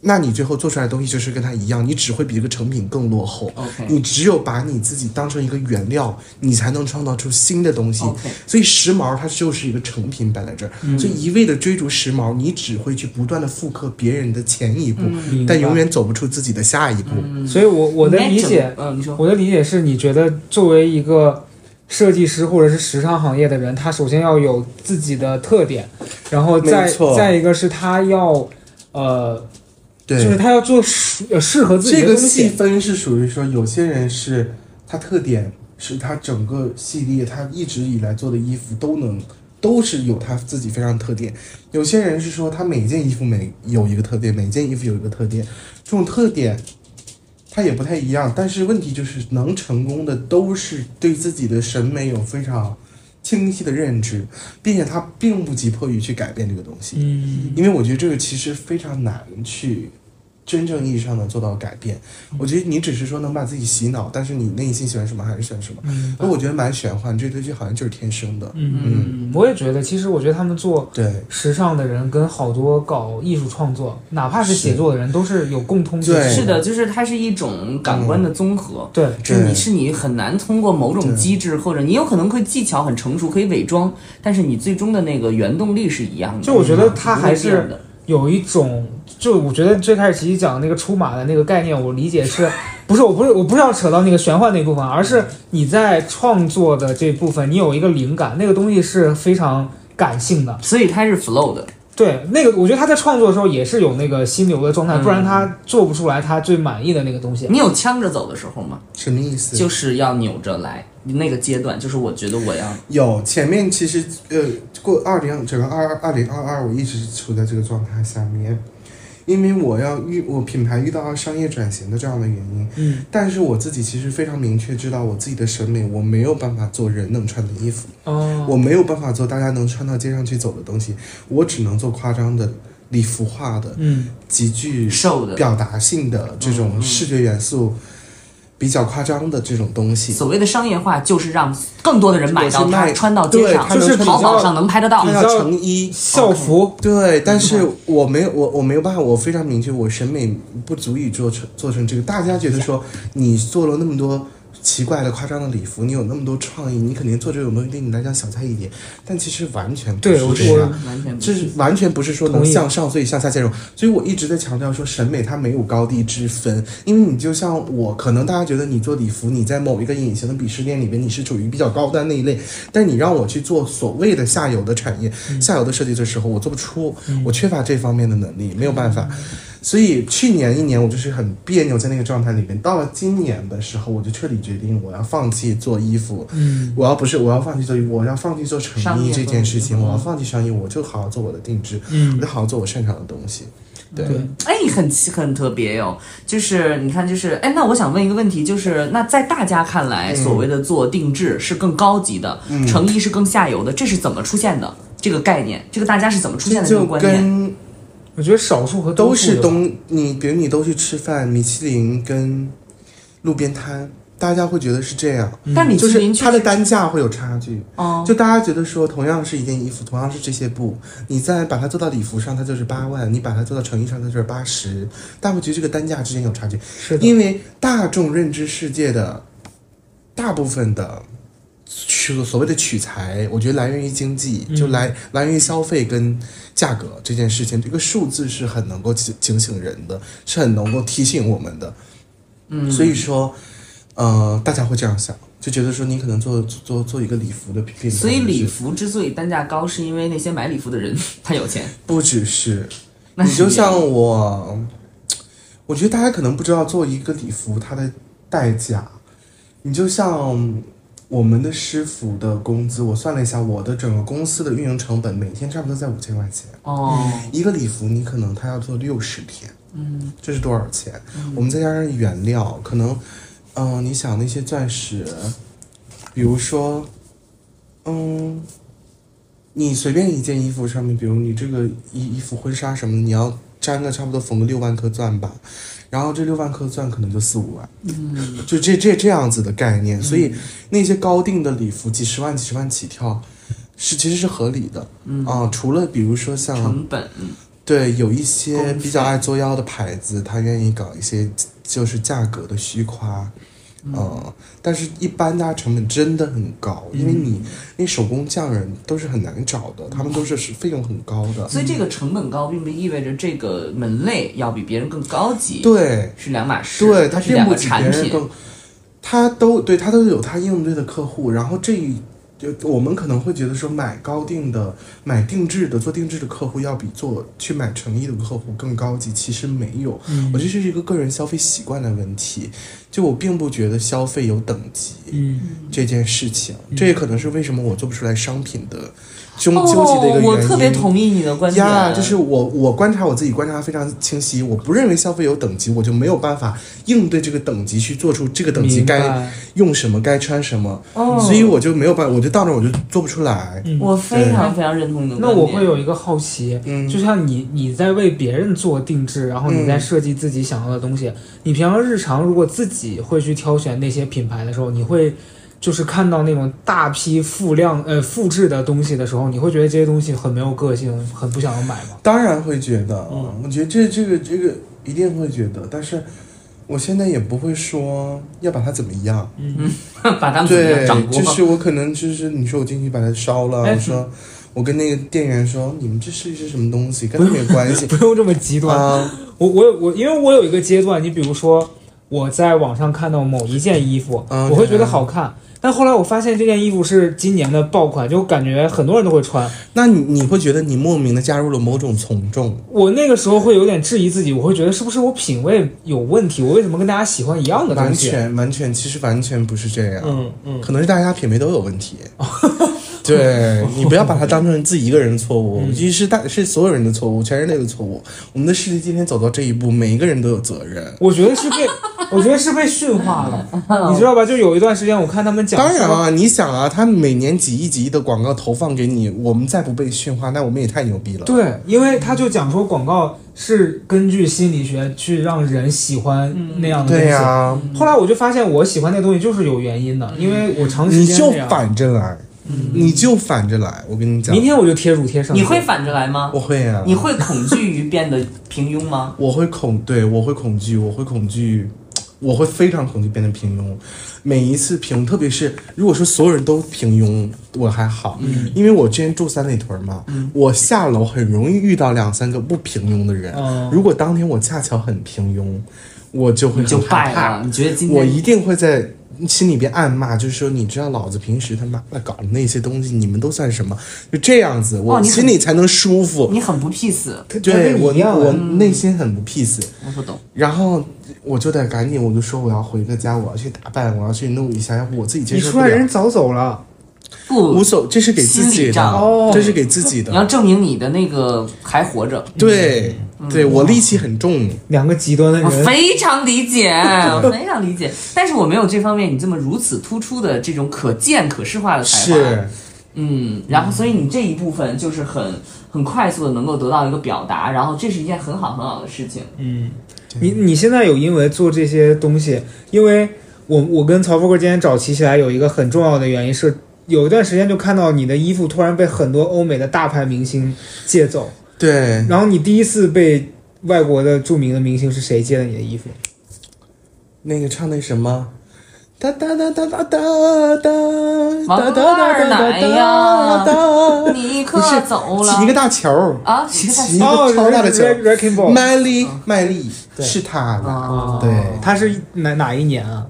Speaker 3: 那你最后做出来的东西就是跟它一样，你只会比这个成品更落后。
Speaker 1: OK
Speaker 2: 嗯
Speaker 3: 你只有把你自己当成一个原料，你才能创造出新的东西。
Speaker 1: OK
Speaker 3: 所以时髦它就是一个成品摆在这儿，
Speaker 2: 嗯
Speaker 3: 所以一味的追逐时髦，你只会去不断的复刻别人的前一步，
Speaker 2: 嗯
Speaker 1: 嗯
Speaker 2: 明白嗯
Speaker 3: 但永远走不出自己的下一步。
Speaker 2: 所以我我的理解，
Speaker 1: 你来整，嗯，你说，
Speaker 2: 我的理解是，你觉得作为一个设计师或者是时尚行业的人，他首先要有自己的特点，然后再
Speaker 3: 没错
Speaker 2: 再一个是他要，呃，
Speaker 3: 对，
Speaker 2: 就是他要做适呃适合自己
Speaker 3: 这
Speaker 2: 的
Speaker 3: 个
Speaker 2: 东
Speaker 3: 细
Speaker 2: 西。
Speaker 3: 分是属于说，有些人是他特点是他整个系列他一直以来做的衣服都能都是有他自己非常特点，有些人是说他每件衣服每有一个特点，每件衣服有一个特点，这种特点。它也不太一样，但是问题就是能成功的都是对自己的审美有非常清晰的认知，并且他并不急迫于去改变这个东西。
Speaker 2: 嗯，
Speaker 3: 因为我觉得这个其实非常难去真正意义上的做到改变。
Speaker 1: 嗯
Speaker 3: 我觉得你只是说能把自己洗脑，但是你内心喜欢什么还是喜欢什么。
Speaker 2: 嗯
Speaker 3: 那我觉得蛮玄幻，这东西好像就是天生的。
Speaker 2: 嗯，我也觉得，其实我觉得他们做
Speaker 3: 对
Speaker 2: 时尚的人跟好多搞艺术创作，哪怕是写作的人，都是有共通
Speaker 3: 对
Speaker 2: 点。
Speaker 1: 是的，就是它是一种感官的综合。
Speaker 2: 嗯对，
Speaker 1: 就是
Speaker 3: 对
Speaker 1: 你是你很难通过某种机制，或者你有可能会技巧很成熟，可以伪装，但是你最终的那个原动力是一样的。
Speaker 2: 就我觉得
Speaker 1: 嗯
Speaker 2: 它
Speaker 1: 不
Speaker 2: 还
Speaker 1: 会变
Speaker 2: 是
Speaker 1: 的
Speaker 2: 有一种，就我觉得最开始琪琪讲的那个出马的那个概念，我理解是不是？我不是我不是要扯到那个玄幻那部分，而是你在创作的这部分，你有一个灵感，那个东西是非常感性的。
Speaker 1: 所以它是 flow 的，
Speaker 2: 对，那个我觉得他在创作的时候也是有那个心流的状态，
Speaker 1: 嗯
Speaker 2: 不然他做不出来他最满意的那个东西。
Speaker 1: 你有呛着走的时候吗？
Speaker 3: 什么意思？
Speaker 1: 就是要扭着来，那个阶段就是我觉得我要
Speaker 3: 有前面其实呃，过二零整个二二零二二，我一直处在这个状态下面，因为我要遇我品牌遇到商业转型的这样的原因，
Speaker 2: 嗯，
Speaker 3: 但是我自己其实非常明确知道我自己的审美，我没有办法做人能穿的衣服，
Speaker 2: 哦，
Speaker 3: 我没有办法做大家能穿到街上去走的东西，我只能做夸张的、礼服化的、
Speaker 2: 嗯
Speaker 3: 极具
Speaker 1: 瘦的。嗯
Speaker 3: 表达性的这种视觉元素，比较夸张的这种东西。
Speaker 1: 所谓的商业化就是让更多的人买到
Speaker 3: 就是
Speaker 1: 它，
Speaker 3: 卖
Speaker 1: 穿到街上，
Speaker 3: 对
Speaker 2: 就是
Speaker 1: 淘宝
Speaker 2: 比较
Speaker 1: 上能拍得到
Speaker 3: 它。
Speaker 2: 比
Speaker 3: 要
Speaker 2: 较
Speaker 3: 成衣，
Speaker 2: 校服，
Speaker 3: 对，
Speaker 1: 嗯
Speaker 3: 但是我没有，我我没有办法，我非常明确，我审美不足以做成做成这个。大家觉得说你做了那么多奇怪的、夸张的礼服，你有那么多创意，你肯定做这种东西对你来讲小菜一碟，但其实完全不
Speaker 2: 对
Speaker 3: 是
Speaker 2: 我
Speaker 3: 这样。
Speaker 1: 完全不
Speaker 3: 这是完全不是说能
Speaker 2: 同意
Speaker 3: 向上，所以向下兼容。所以我一直在强调说，审美它没有高低之分，因为你就像我，可能大家觉得你做礼服，你在某一个隐形的鄙视链里面，你是处于比较高端那一类，但你让我去做所谓的下游的产业、
Speaker 2: 嗯
Speaker 3: 下游的设计的时候，我做不出，我缺乏这方面的能力，没有办法。
Speaker 2: 嗯
Speaker 3: 所以去年一年我就是很别扭在那个状态里面，到了今年的时候，我就彻底决定我要放弃做衣服，
Speaker 2: 嗯，
Speaker 3: 我要不是我要放弃做衣服，我要放弃做成
Speaker 1: 商
Speaker 3: 衣
Speaker 1: 业
Speaker 3: 这件事情，
Speaker 1: 东西
Speaker 3: 我要放弃商业，我就好好做我的定制，
Speaker 2: 嗯
Speaker 3: 我就好好做我擅长的东西。对，
Speaker 2: 对
Speaker 1: 哎，很奇很特别哟、就是你看，就是哎，那我想问一个问题，就是那在大家看
Speaker 3: 嗯
Speaker 1: 来，所谓的做定制是更高级的，成衣是更下游的，这是怎么出现的？这个概念，这个大家是怎么出现的这
Speaker 3: 就
Speaker 1: 个观念？
Speaker 3: 跟
Speaker 2: 我觉得少数和多
Speaker 3: 都
Speaker 2: 数
Speaker 3: 是
Speaker 2: 有
Speaker 3: 东，你比如你都去吃饭，米其林跟路边摊，大家会觉得是这样，
Speaker 1: 但米
Speaker 3: 嗯就
Speaker 1: 其林
Speaker 3: 是
Speaker 1: 确
Speaker 3: 它的
Speaker 1: 实，
Speaker 3: 单价会有差距。
Speaker 1: 哦，
Speaker 3: 就大家觉得说，同样是一件衣服，同样是这些布，你再把它做到礼服上，它就是八万；你把它做到成衣上，它就是八十。大家会觉得这个单价之间有差距，
Speaker 2: 是的，
Speaker 3: 因为大众认知世界的大部分的取所谓的取材，我觉得来源于经济，就来、
Speaker 1: 嗯
Speaker 3: 来源于消费跟价格这件事情，这个数字是很能够警警醒人的，是很能够提醒我们的。
Speaker 1: 嗯，
Speaker 3: 所以说，呃，大家会这样想，就觉得说你可能做做做一个礼服的品牌，
Speaker 1: 所以礼
Speaker 3: 是
Speaker 1: 服之所以单价高，是因为那些买礼服的人他有钱。
Speaker 3: 不只是
Speaker 1: 那
Speaker 3: 你
Speaker 1: 是
Speaker 3: 就
Speaker 1: 也
Speaker 3: 像我，我觉得大家可能不知道做一个礼服它的代价。你就像我们的师傅的工资，我算了一下，我的整个公司的运营成本每天差不多在五千块钱。
Speaker 1: 哦，
Speaker 3: 一个礼服你可能他要做六十天，嗯，这是多少钱？
Speaker 1: 嗯
Speaker 3: 我们再加上原料，可能，嗯、你想那些钻石，比如说，嗯，你随便一件衣服上面，比如你这个衣衣服婚纱什么，你要粘个差不多缝个六万颗钻吧，然后这六万颗钻可能就四五万，嗯，就这这这样子的概念，所以那些高定的礼服几十万几十万起跳。是，其实是合理的，嗯啊、除了比如说像
Speaker 1: 成本，
Speaker 3: 对，有一些
Speaker 1: 公
Speaker 3: 比较
Speaker 1: 费
Speaker 3: 爱作妖的牌子，他愿意搞一些就是价格的虚夸，嗯、但是一般大家成本真的很高，因为你
Speaker 1: 嗯
Speaker 3: 那手工匠人都是很难找的，他们都是是费用很高的。
Speaker 1: 所以这个成本高，并不意味着这个门类要比别人更高级，
Speaker 3: 对
Speaker 1: 是两码事，
Speaker 3: 对，
Speaker 1: 它
Speaker 3: 它
Speaker 1: 是
Speaker 3: 并
Speaker 1: 两
Speaker 3: 不
Speaker 1: 个
Speaker 3: 比别
Speaker 1: 产
Speaker 3: 人
Speaker 1: 品。
Speaker 3: 更，他都对他都有他应对的客户，然后这一。就我们可能会觉得说买高定的、买定制的、做定制的客户要比做去买成衣的客户更高级，其实没有，
Speaker 2: 嗯
Speaker 3: 我觉得这是一个个人消费习惯的问题。就我并不觉得消费有等级、
Speaker 2: 嗯，
Speaker 3: 这件事情，
Speaker 1: 嗯
Speaker 3: 这也可能是为什么我做不出来商品的纠
Speaker 1: 哦，
Speaker 3: 纠结的一个原因。
Speaker 1: 我特别同意你的观点
Speaker 3: 呀就是我我观察我自己观察得非常清晰，我不认为消费有等级，我就没有办法应对这个等级去做出这个等级
Speaker 2: 明
Speaker 3: 该
Speaker 2: 白，
Speaker 3: 用什么该穿什么，
Speaker 1: 哦，
Speaker 3: 所以我就没有办法，我就到那儿我就做不出来。
Speaker 2: 嗯
Speaker 1: 我非常非常认同你的观
Speaker 2: 那
Speaker 1: 点。
Speaker 2: 我会有一个好奇，
Speaker 3: 嗯
Speaker 2: 就像你你在为别人做定制，然后你在设计自己想要的东西，
Speaker 3: 嗯
Speaker 2: 你平常日常如果自己会去挑选那些品牌的时候，你会就是看到那种大批复量呃复制的东西的时候，你会觉得这些东西很没有个性，很不想要买吗？
Speaker 3: 当然会觉得，
Speaker 1: 嗯
Speaker 3: 我觉得这这个这个一定会觉得，但是我现在也不会说要把它怎么样。
Speaker 1: 把他们怎么样
Speaker 3: 对
Speaker 1: 掌，锅
Speaker 3: 就
Speaker 1: 吗？
Speaker 3: 是我可能就是你说我进去把它烧了，
Speaker 2: 哎
Speaker 3: 我说我跟那个店员说你们这是一是什么东西，跟他们有 关系
Speaker 2: 不用这么极端，
Speaker 3: 啊。
Speaker 2: 我我有我，因为我有一个阶段，你比如说我在网上看到某一件衣服，
Speaker 3: 嗯
Speaker 2: 我会觉得好看，但后来我发现这件衣服是今年的爆款，就感觉很多人都会穿。
Speaker 3: 那你你会觉得你莫名的加入了某种从众？
Speaker 2: 我那个时候会有点质疑自己，我会觉得是不是我品味有问题？我为什么跟大家喜欢一样的东
Speaker 3: 完
Speaker 2: 西？
Speaker 3: 全完全，其实完全不是这样，
Speaker 2: 嗯嗯，
Speaker 3: 可能是大家品味都有 问题。对你不要把它当成自己一个人的错误，
Speaker 2: 嗯
Speaker 3: 其实是大是所有人的错误，全人类的错误。我们的世界今天走到这一步，每一个人都有责任。
Speaker 2: 我觉得是被，我觉得是被驯化
Speaker 4: 哦
Speaker 2: 了，你知道吧？就有一段时间，我看他们讲，
Speaker 3: 当然啊，你想啊，他每年几亿几亿的广告投放给你，我们再不被驯化，那我们也太牛逼了。
Speaker 2: 对，因为他就讲说广告是根据心理学去让人喜欢那样的东
Speaker 4: 嗯
Speaker 2: 西。
Speaker 3: 对呀、
Speaker 2: 后来我就发现，我喜欢那东西就是有原因的，
Speaker 4: 嗯
Speaker 2: 因为我长时
Speaker 3: 你
Speaker 2: 间
Speaker 3: 就
Speaker 2: 这样
Speaker 3: 反着来，你就反着来。我跟你讲
Speaker 2: 明，天我就贴乳贴上
Speaker 1: 嗯
Speaker 2: 去。
Speaker 1: 你会反着来吗？
Speaker 3: 我会啊，
Speaker 1: 你会恐惧于变得平庸吗？
Speaker 3: 我会恐，对我会恐惧，我会恐惧，我会非常恐惧变得平庸。每一次平庸，特别是如果说所有人都平庸，我还好，
Speaker 1: 嗯
Speaker 3: 因为我之前住三里屯嘛，我下楼很容易遇到两三个不平庸的
Speaker 1: 哦
Speaker 3: 人。
Speaker 2: 嗯
Speaker 3: 如果当天我恰巧很平庸，我就会
Speaker 1: 你就
Speaker 3: 很害
Speaker 1: 败
Speaker 3: 怕。
Speaker 1: 了？你觉得今
Speaker 3: 我
Speaker 1: 天
Speaker 3: 一定会在心里边暗骂，就是说，你知道老子平时他妈的搞的那些东西，你们都算什么？就这样子，我
Speaker 1: 哦你很
Speaker 3: 心里才能舒服。
Speaker 1: 你很不 peace？
Speaker 4: 他
Speaker 3: 对我，
Speaker 4: 一样
Speaker 3: 我
Speaker 4: 啊。
Speaker 3: 内心很不 peace，、
Speaker 1: 我不懂。
Speaker 3: 然后我就得赶紧，我就说我要回个家，我要去打扮，我要去弄一下，要不我自己接
Speaker 4: 你
Speaker 3: 受
Speaker 4: 出
Speaker 3: 不
Speaker 4: 来
Speaker 3: 了。
Speaker 4: 人早走了，
Speaker 1: 不
Speaker 3: 无，所，这是给自
Speaker 1: 心
Speaker 3: 己
Speaker 1: 理
Speaker 3: 的，
Speaker 1: 障
Speaker 4: 哦
Speaker 3: 这是给自己
Speaker 1: 你要
Speaker 3: 的。
Speaker 1: 证明你的那个还活着。
Speaker 3: 对，
Speaker 1: 嗯
Speaker 3: 对我戾气很重，
Speaker 4: 两个极端的
Speaker 2: 哦
Speaker 1: 我
Speaker 4: 人，
Speaker 1: 非常理 解，我非常理解，但是我没有这方面你这么如此突出的这种可见可视化的才华。
Speaker 3: 是
Speaker 1: 嗯，然后所以你这一部分就是很很快速的能够得到一个表达，然后这是一件很好很好的事情。
Speaker 4: 你你现在有因为做这些东西，因为我我跟曹富贵今天找齐起来有一个很重要的原因是，有一段时间就看到你的衣服突然被很多欧美的大牌明星借走，
Speaker 3: 对。
Speaker 4: 然后你第一次被外国的著名的明星是谁借的你的衣服？
Speaker 3: 那个唱那什么，哒哒哒哒哒哒哒
Speaker 1: 王
Speaker 3: 哒哒哒
Speaker 1: 二
Speaker 3: 哒
Speaker 1: 奶
Speaker 3: 哒
Speaker 1: 呀
Speaker 3: 哒 哒，
Speaker 1: 你
Speaker 3: 不
Speaker 1: 可
Speaker 3: 是
Speaker 1: 走了
Speaker 3: 起一个大球儿，
Speaker 1: 啊！其实
Speaker 3: 一个超大的球
Speaker 4: w r e c k i n g Ball，
Speaker 3: 麦丽
Speaker 1: 嗯
Speaker 3: 麦丽
Speaker 4: 对
Speaker 3: 是他的，
Speaker 1: 啊，
Speaker 3: 对，
Speaker 4: 他是哪哪一年啊？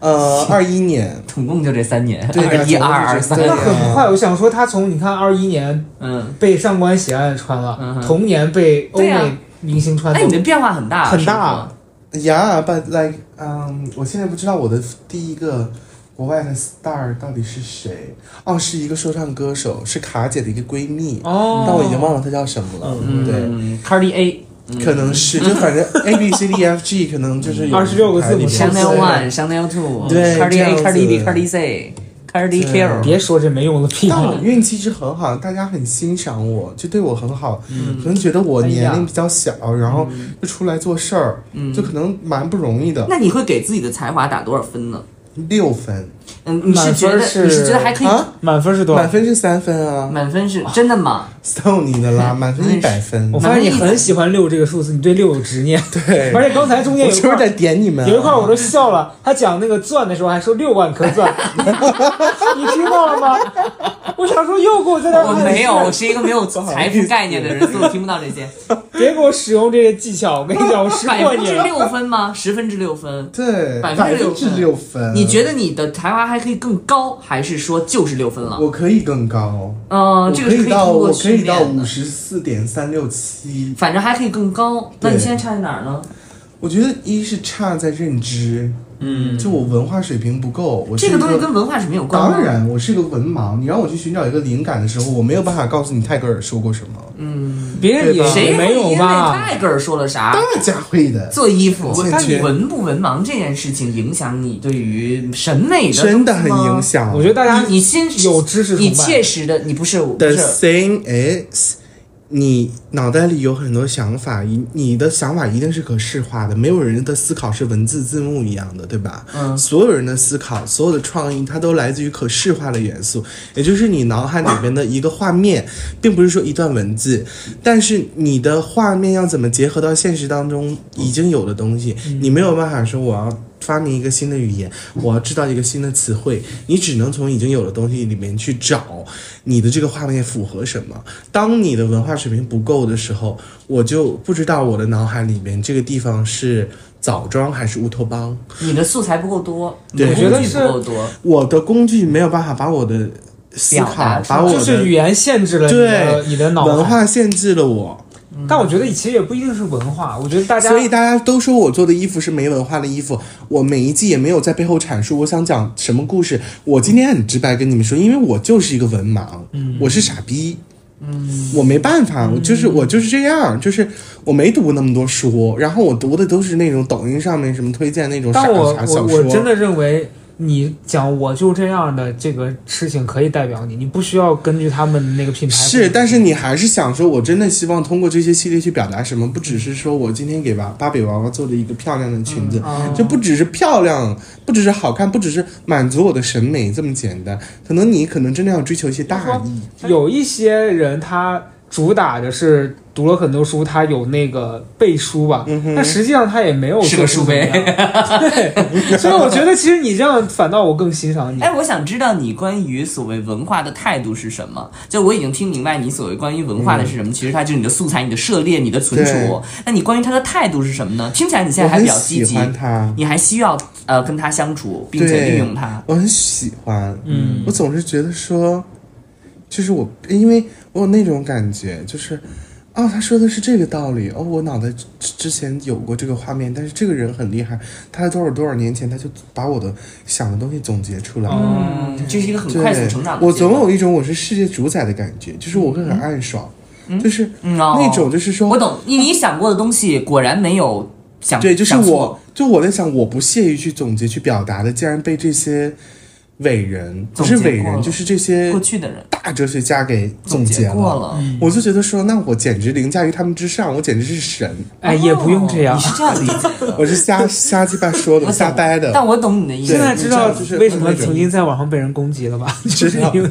Speaker 3: 呃，二一年，
Speaker 1: 总共就这三年，
Speaker 3: 对
Speaker 1: 二一、
Speaker 3: 总共就这
Speaker 1: 二二、三
Speaker 3: 对，
Speaker 2: 那
Speaker 3: 三
Speaker 2: 很快，我想说，他从你看二一年
Speaker 1: 嗯，
Speaker 2: 被上官喜爱穿了，
Speaker 1: 嗯哼
Speaker 2: 同年被欧
Speaker 1: 对呀
Speaker 2: 美明星穿
Speaker 1: 哎，
Speaker 2: 走
Speaker 1: 你，的变化很大，
Speaker 4: 很大
Speaker 1: 是不
Speaker 3: 呀，but like，嗯，我现在不知道我的第一个国外的 star 到底是谁，哦，是一个说唱歌手，是卡姐的一个闺蜜，
Speaker 2: 哦，
Speaker 3: 但我已经忘了她叫什么了，
Speaker 1: 是
Speaker 3: 对。
Speaker 1: 嗯，Cardi 嗯 A，
Speaker 3: 可能是，就反正 A B C D E, F G 可能就是有
Speaker 2: 26个字母
Speaker 3: 排列
Speaker 2: 相
Speaker 3: 对
Speaker 1: Chanel One、Chanel Two、
Speaker 3: 对
Speaker 1: Cardi
Speaker 3: 这
Speaker 1: A、
Speaker 3: 样子
Speaker 1: Cardi B、Cardi C、Cardi
Speaker 3: 对
Speaker 1: Q，
Speaker 2: 别说这没用的屁
Speaker 3: 但我
Speaker 2: 话，
Speaker 3: 运气是很好，大家很欣赏我，就对我很好，
Speaker 1: 嗯
Speaker 3: 可能觉得我年龄比较小，然后就出来做事儿，
Speaker 1: 嗯
Speaker 3: 就可能蛮不容易的。
Speaker 1: 那你会给自己的才华打多少分呢？
Speaker 3: 六分，
Speaker 1: 嗯，你是
Speaker 2: 满分
Speaker 1: 觉得
Speaker 2: 是
Speaker 1: 你是觉得还可以？
Speaker 3: 啊
Speaker 2: 满分是多
Speaker 3: 满
Speaker 2: 少？
Speaker 3: 分是三分啊
Speaker 1: 满分是真的吗？
Speaker 3: ，stone 你的啦， 满分一百分
Speaker 2: 我，发现你很喜欢六这个数字，你对六有执 念。
Speaker 3: 对，
Speaker 2: 而且刚才中间
Speaker 3: 我
Speaker 2: 有一
Speaker 3: 是不是
Speaker 2: 块
Speaker 3: 在点你们啊？
Speaker 2: 有一块我都笑了，他讲那个钻的时候还说六万颗钻，你听到了 吗？我想说又给我在那儿
Speaker 1: 我
Speaker 2: 暗示
Speaker 1: 没有，我，是一个没有财富概念的人，所以我听不到这些。
Speaker 2: 别给我使用这些技巧，我跟你讲，我识
Speaker 1: 百
Speaker 2: 破
Speaker 1: 分
Speaker 2: 你
Speaker 1: 之
Speaker 2: 了。
Speaker 1: 六分吗？十分之六分？
Speaker 3: 对，
Speaker 1: 百
Speaker 3: 百
Speaker 1: 分之
Speaker 3: 分
Speaker 1: 六
Speaker 3: 之六分，
Speaker 1: 你觉
Speaker 3: 得
Speaker 1: 得你的才华还可以更高，还是说就是六分了？
Speaker 3: 我可以更高？
Speaker 1: 嗯，这个
Speaker 3: 我
Speaker 1: 是
Speaker 3: 可以
Speaker 1: 通
Speaker 3: 到
Speaker 1: 过
Speaker 3: 我可以
Speaker 1: 训
Speaker 3: 到
Speaker 1: 练
Speaker 3: 五
Speaker 1: 的，
Speaker 3: 十四点三六七，
Speaker 1: 反正还可以更高。那你
Speaker 3: 对
Speaker 1: 现在差在哪儿呢？
Speaker 3: 我觉得一是差在认知，
Speaker 2: 嗯，
Speaker 3: 就我文化水平不够，我是
Speaker 1: 这
Speaker 3: 一
Speaker 1: 个东西跟文化是没有关吗
Speaker 3: 当，然，我是个文盲。你让我去寻找一个灵感的时候，我没有办法告诉你泰戈尔说过什么。
Speaker 1: 嗯
Speaker 2: 别人
Speaker 1: 谁
Speaker 2: 也没
Speaker 1: 会
Speaker 2: 有
Speaker 1: 因为
Speaker 2: 吧？
Speaker 1: 泰戈尔说了啥？
Speaker 3: 大家会的，
Speaker 1: 做衣服
Speaker 3: 欠，
Speaker 1: 但你
Speaker 3: 缺
Speaker 1: 文不文盲这件事情影响你对于审美的
Speaker 3: 真的
Speaker 1: 的
Speaker 3: 很影。响。
Speaker 2: 我觉得大家
Speaker 1: 你你先
Speaker 2: 有知识崇
Speaker 1: 你
Speaker 2: 拜
Speaker 1: 切，实的，你不是不
Speaker 3: The
Speaker 1: 是
Speaker 3: thing is，你脑袋里有很多想法，你你的想法一定是可视化的，没有人的思考是文字字幕一样的，对吧？
Speaker 1: 嗯
Speaker 3: 所有人的思考，所有的创意，它都来自于可视化的元素，也就是你脑海里边的一个画面，并不是说一段文字，但是你的画面要怎么结合到现实当中已经有的东西，你没有办法说我要。发明一个新的语言，我要制造一个新的词汇，你只能从已经有的东西里面去找你的这个画面符合什么。当你的文化水平不够的时候，我就不知道我的脑海里面这个地方是枣庄还是乌托邦。
Speaker 1: 你的素材不够多，你
Speaker 3: 对
Speaker 1: 的
Speaker 3: 我
Speaker 2: 觉得
Speaker 1: 工具
Speaker 2: 是
Speaker 1: 不够多，
Speaker 3: 我的工具没有办法把我的思
Speaker 1: 表达
Speaker 3: 考，
Speaker 1: 出来
Speaker 3: 把我
Speaker 2: 就
Speaker 3: 的
Speaker 2: 是语言限制了你的你的脑
Speaker 3: 文
Speaker 2: 海。
Speaker 3: 化限制了我，
Speaker 2: 但我觉得其实也不一定是文化，我觉得大家
Speaker 3: 所以大家都说我做的衣服是没文化的衣服。我每一季也没有在背后阐述我想讲什么故事。我今天很直白跟你们说，因为我就是一个文盲，
Speaker 2: 嗯
Speaker 3: 我是傻逼。我没办法，我就是我就是这样，就是我没读那么多书，然后我读的都是那种抖音上面什么推荐那种傻
Speaker 2: 但我
Speaker 3: 傻
Speaker 2: 我
Speaker 3: 小
Speaker 2: 我真
Speaker 3: 说。
Speaker 2: 的认为，你讲我就这样的这个事情可以代表你，你不需要根据他们那个品牌
Speaker 3: 是，但是你还是想说，我真的希望通过这些系列去表达什么，不只是说我今天给娃芭比娃娃做了一个漂亮的裙
Speaker 1: 嗯
Speaker 3: 子，
Speaker 2: 啊
Speaker 3: 就不只是漂亮，不只是好看，不只是满足我的审美这么简单。可能你可能真的要追求一些大义，
Speaker 2: 有一些人他主打的是读了很多书，他有那个背书吧，
Speaker 3: 嗯
Speaker 2: 但实际上他也没有
Speaker 1: 是个书
Speaker 2: 背
Speaker 1: 背。
Speaker 2: 对，所以我觉得其实你这样反倒我更欣赏你。
Speaker 1: 哎，我想知道你关于所谓文化的态度是什么？就我已经听明白你所谓关于文化的是什
Speaker 3: 嗯
Speaker 1: 么，其实它就是你的素材、你的涉猎、你的存储。那你关于它的态度是什么呢？听起来你现
Speaker 3: 我
Speaker 1: 在还
Speaker 3: 很
Speaker 1: 比较积
Speaker 3: 喜
Speaker 1: 极，
Speaker 3: 欢它，
Speaker 1: 你还需要呃跟它相处，并且
Speaker 3: 对
Speaker 1: 利用它。
Speaker 3: 我很喜欢。
Speaker 2: 嗯，
Speaker 3: 我总是觉得说，就是我，因为我有那种感觉，就是，哦，他说的是这个道理，哦，我脑袋之之前有过这个画面，但是这个人很厉害，他在多少多少年前他就把我的想的东西总结出来了。
Speaker 1: 嗯，这是一个很
Speaker 3: 对，
Speaker 1: 快速成长的
Speaker 3: 我
Speaker 1: 阶段。
Speaker 3: 总有一种我是世界主宰的感觉，就是我会很暗爽，就是
Speaker 1: 嗯哦
Speaker 3: 那种就是说，
Speaker 1: 我懂你，你想过的东西果然没有想
Speaker 3: 对，就是
Speaker 1: 想错
Speaker 3: 我，就我在想，我不屑于去总结、去表达的，竟然被这些伟人，不
Speaker 1: 总
Speaker 3: 是
Speaker 1: 结
Speaker 3: 伟
Speaker 1: 过
Speaker 3: 人，
Speaker 1: 了
Speaker 3: 就是这些
Speaker 1: 过去的人
Speaker 3: 大哲学家给总
Speaker 1: 结
Speaker 3: 结
Speaker 1: 过
Speaker 3: 了。
Speaker 1: 了。
Speaker 3: 我就觉得说，那我简直凌驾于他们之上，我简直是神，
Speaker 2: 哎，也不用这样
Speaker 1: 哦你。是这样理解的。
Speaker 3: 我是瞎瞎鸡巴说的，我瞎掰的，
Speaker 1: 但我懂你的意思
Speaker 2: 现。在知道
Speaker 3: 你知道就是
Speaker 2: 为什么曾经在网上被人攻击了吧？ 就是因 为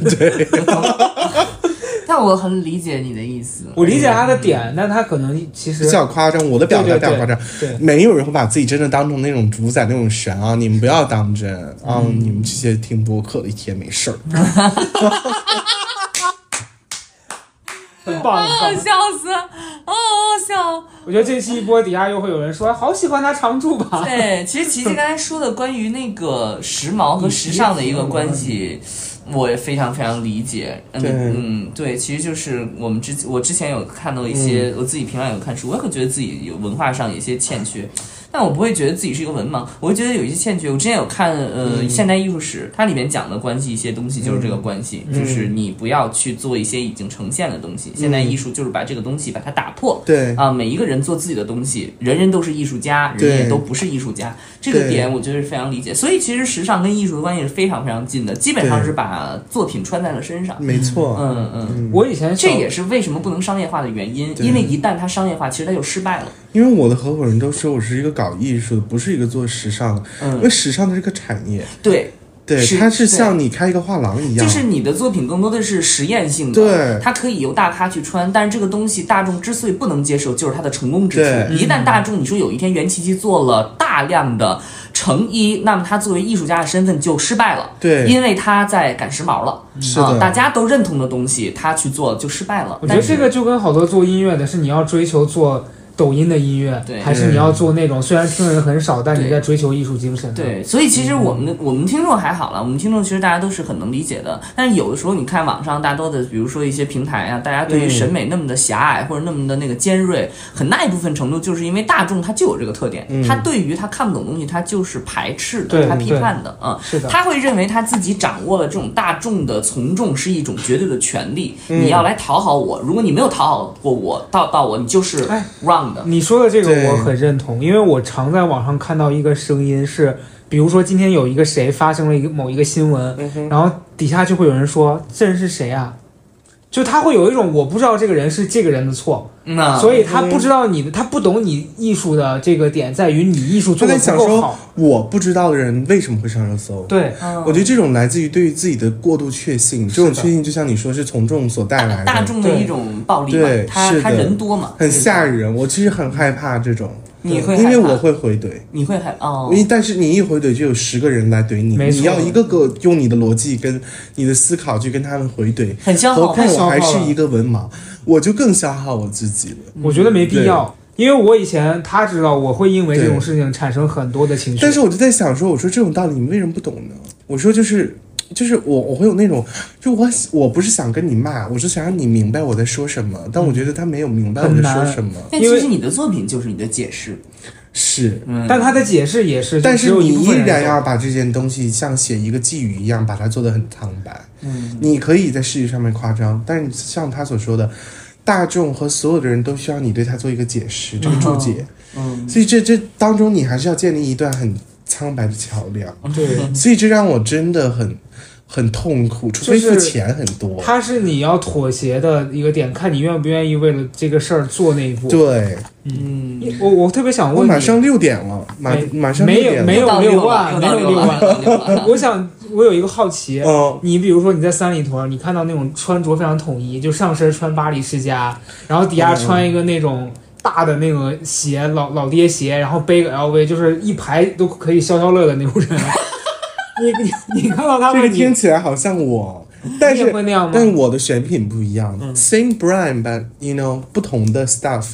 Speaker 1: 但我很理解你的意思。
Speaker 2: 我理解他的点，但他可能其实
Speaker 3: 比较夸张，我的表达
Speaker 2: 对对
Speaker 3: 比较
Speaker 2: 对
Speaker 3: 夸张。
Speaker 2: 对
Speaker 3: 没有人会把自己真的当成那种主宰、那种神啊！你们不要当真啊！你们这些听播客的一天没事儿。
Speaker 2: 很棒。很棒
Speaker 1: 笑死，哦笑。
Speaker 2: 我觉得这期一播底下又会有人说，好喜欢他常驻吧。
Speaker 1: 对，其实琪琪刚才说的关于那个时髦和时尚的一个关系，我也非常非常理解。嗯
Speaker 3: 对
Speaker 1: 嗯，对，其实就是我们之我之前有看到一些，我自己平常有看书，我也会觉得自己有文化上有一些欠缺。但我不会觉得自己是一个文盲，我会觉得有一些欠缺。我之前有看呃、现代艺术史，它里面讲的关系一些东西就是这个关系，就是你不要去做一些已经呈现的东西。现代艺术就是把这个东西把它打破，
Speaker 3: 对，
Speaker 1: 啊，每一个人做自己的东西，人人都是艺术家，人也
Speaker 3: 对
Speaker 1: 都不是艺术家，这个
Speaker 3: 对
Speaker 1: 点我觉得是非常理解。所以其实时尚跟艺术的关系是非常非常近的，基本上
Speaker 3: 对
Speaker 1: 是把作品穿在了身上。
Speaker 3: 没错。
Speaker 1: 嗯嗯，
Speaker 2: 我以前小
Speaker 1: 这也是为什么不能商业化的原因，
Speaker 3: 哦对
Speaker 1: 因为一旦它商业化，其实它就失败了。
Speaker 3: 因为我的合伙人都说我是一个搞艺术的，不是一个做时尚的，因为
Speaker 1: 嗯，
Speaker 3: 时尚它是个产业，
Speaker 1: 对，
Speaker 3: 对，
Speaker 1: 是
Speaker 3: 它是
Speaker 1: 对
Speaker 3: 像你开一个画廊一样，
Speaker 1: 就是你的作品更多的是实验性的，
Speaker 3: 对
Speaker 1: 它可以由大咖去穿，但是这个东西大众之所以不能接受，就是它的成功之处。
Speaker 3: 对
Speaker 1: 一旦大众你说有一天袁琪琪做了大量的成衣，那么她作为艺术家的身份就失败了，
Speaker 3: 对
Speaker 1: 因为她在赶时髦了，
Speaker 2: 嗯
Speaker 3: 是
Speaker 1: 啊
Speaker 3: 的，
Speaker 1: 大家都认同的东西，她去做就失败了。
Speaker 2: 我觉得这
Speaker 1: 但
Speaker 2: 个
Speaker 1: 是
Speaker 2: 就跟好多做音乐的是你要追求做抖音的音乐
Speaker 1: 对，
Speaker 2: 还是你要做那种虽然听的人很少，但你
Speaker 1: 对
Speaker 2: 在追求艺术精神的。
Speaker 1: 对，所以其实我们的、我们听众还好了，我们听众其实大家都是很能理解的。但是有的时候你看网上大多的，比如说一些平台啊，大家对于
Speaker 3: 嗯
Speaker 1: 审美那么的狭隘或者那么的那个尖锐，很大一部分程度就是因为大众他就有这个特点，他对于他看不懂的东西，他就是排斥的，
Speaker 2: 嗯对
Speaker 1: 他批判的啊。
Speaker 2: 是的，
Speaker 1: 他会认为他自己掌握了这种大众的从众是一种绝对的权利，
Speaker 3: 嗯
Speaker 1: 你要来讨好我，如果你没有讨好过我，到到我，你就是
Speaker 2: 哎
Speaker 1: wrong 的。
Speaker 2: 你说的这个
Speaker 3: 对
Speaker 2: 我很认同，因为我常在网上看到一个声音是，比如说今天有一个谁发生了一个某一个新闻，
Speaker 1: 嗯
Speaker 2: 然后底下就会有人说这人是谁啊？就他会有一种我不知道这个人是这个人的错，
Speaker 3: 啊
Speaker 1: 那
Speaker 2: 所以他不知道你的，他不懂你艺术的这个点在于你艺术
Speaker 3: 他
Speaker 2: 做的
Speaker 3: 在想
Speaker 2: 不够
Speaker 3: 说
Speaker 2: 好。，
Speaker 3: 我不知道的人为什么会上热搜。
Speaker 2: 对，
Speaker 1: 嗯
Speaker 3: 我觉得这种来自于对于自己的过度确信，这种
Speaker 2: 是的
Speaker 3: 确信就像你说是从众所带来的，
Speaker 1: 大众的
Speaker 2: 对
Speaker 1: 一种暴力嘛
Speaker 3: 对，
Speaker 1: 他
Speaker 3: 是
Speaker 1: 他
Speaker 3: 的
Speaker 1: 人多嘛，对
Speaker 3: 很
Speaker 1: 吧
Speaker 3: 吓人。我其实很害怕这种，
Speaker 1: 你会
Speaker 3: 因为
Speaker 1: 害怕
Speaker 3: 我会回怼。
Speaker 1: 你会害哦
Speaker 3: 你但是你一回怼就有十个人来怼你，
Speaker 2: 没错
Speaker 3: 你要一个个用你的逻辑跟你的思考去跟他们回怼，
Speaker 1: 很消
Speaker 3: 何
Speaker 1: 耗
Speaker 3: 况
Speaker 2: 太消耗
Speaker 3: 我还是
Speaker 2: 了
Speaker 3: 一个文盲，我就更消耗我自己了。
Speaker 2: 我觉得没必要，因为我以前他知道我会因为这种事情产生很多的情绪，
Speaker 3: 但是我就在想说，我说这种道理你为什么不懂呢？我说就是就是我我会有那种，就我我不是想跟你骂，我是想让你明白我在说什么，但我觉得他没有明白我在
Speaker 2: 很
Speaker 3: 说
Speaker 2: 难
Speaker 3: 什么。
Speaker 1: 但
Speaker 2: 因
Speaker 1: 其
Speaker 2: 为
Speaker 1: 实你的作品就是你的解释，
Speaker 3: 是，
Speaker 1: 嗯，
Speaker 2: 但他的解释也是，
Speaker 3: 但
Speaker 2: 就只
Speaker 3: 是
Speaker 2: 有一
Speaker 3: 你
Speaker 2: 部
Speaker 3: 依
Speaker 2: 分人
Speaker 3: 然
Speaker 2: 懂
Speaker 3: 要把这件东西像写一个寄语一样，把它做得很苍白。
Speaker 1: 嗯，
Speaker 3: 你可以在事业上面夸张，但是像他所说的，大众和所有的人都需要你对他做一个解释，这个注解。
Speaker 1: 嗯，
Speaker 3: 所以这这当中，你还是要建立一段很苍白的桥梁。
Speaker 2: 对。
Speaker 3: 所以这让我真的很很痛苦，除非
Speaker 2: 就是
Speaker 3: 付钱很多。
Speaker 2: 它是你要妥协的一个点，看你愿不愿意为了这个事儿做那一步。
Speaker 3: 对，
Speaker 1: 嗯，
Speaker 2: 我我特别想
Speaker 3: 我
Speaker 2: 问你，
Speaker 3: 马上六点了，马
Speaker 2: 没
Speaker 3: 马上
Speaker 2: 没
Speaker 3: 六
Speaker 2: 有
Speaker 3: 点了。
Speaker 2: 没有
Speaker 1: 又到
Speaker 2: 六
Speaker 1: 六
Speaker 2: 万
Speaker 1: 了，又到
Speaker 2: 没有
Speaker 1: 六
Speaker 2: 六
Speaker 1: 了，又到六了。
Speaker 2: 我想我有一个好奇，
Speaker 3: 嗯，
Speaker 2: 你比如说你在三里屯，你看到那种穿着非常统一，就上身穿巴黎世家，然后底下穿一个那种大的那个鞋，老老爹鞋，然后背个 LV，就是一排都可以消消乐的那种人。你你你看到他
Speaker 3: 这
Speaker 2: 们，
Speaker 3: 个
Speaker 2: 你
Speaker 3: 听起来好像我，但
Speaker 2: 你也
Speaker 3: 是
Speaker 2: 会那样吗？嗯
Speaker 3: 但我的选品不一样、s a m e brand but you know 不同的 stuff，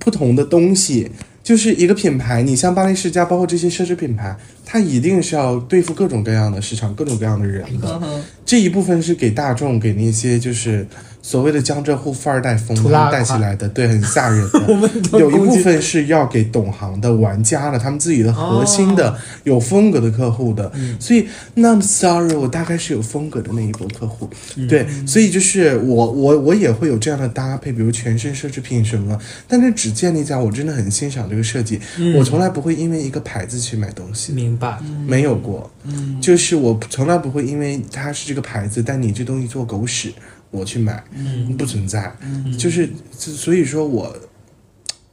Speaker 3: 不同的东西，就是一个品牌。你像巴黎世家，包括这些奢侈品牌，它一定是要对付各种各样的市场、各种各样的人
Speaker 2: 嗯
Speaker 3: 的。这一部分是给大众，给那些就是所谓的江浙沪富二代风
Speaker 2: 土
Speaker 3: 他
Speaker 2: 辣
Speaker 3: 们带起
Speaker 2: 款
Speaker 3: 来的，对，很吓人的。
Speaker 2: 我们都
Speaker 3: 有一
Speaker 2: 攻
Speaker 3: 部
Speaker 2: 击
Speaker 3: 分是要给懂行的玩家的，他们自己的核心的、有风格的客户的，所以那 I'm sorry，我大概是有风格的那一波客户，对，所以就是我我我也会有这样的搭配，比如全身奢侈品什么，但是只建立在我真的很欣赏这个设计，我从来不会因为一个牌子去买东西，
Speaker 2: 明白。
Speaker 3: 没有过，就是我从来不会因为它是这个牌子，但你这东西做狗屎，我去买，
Speaker 1: 嗯
Speaker 3: 不存在，就是就所以说我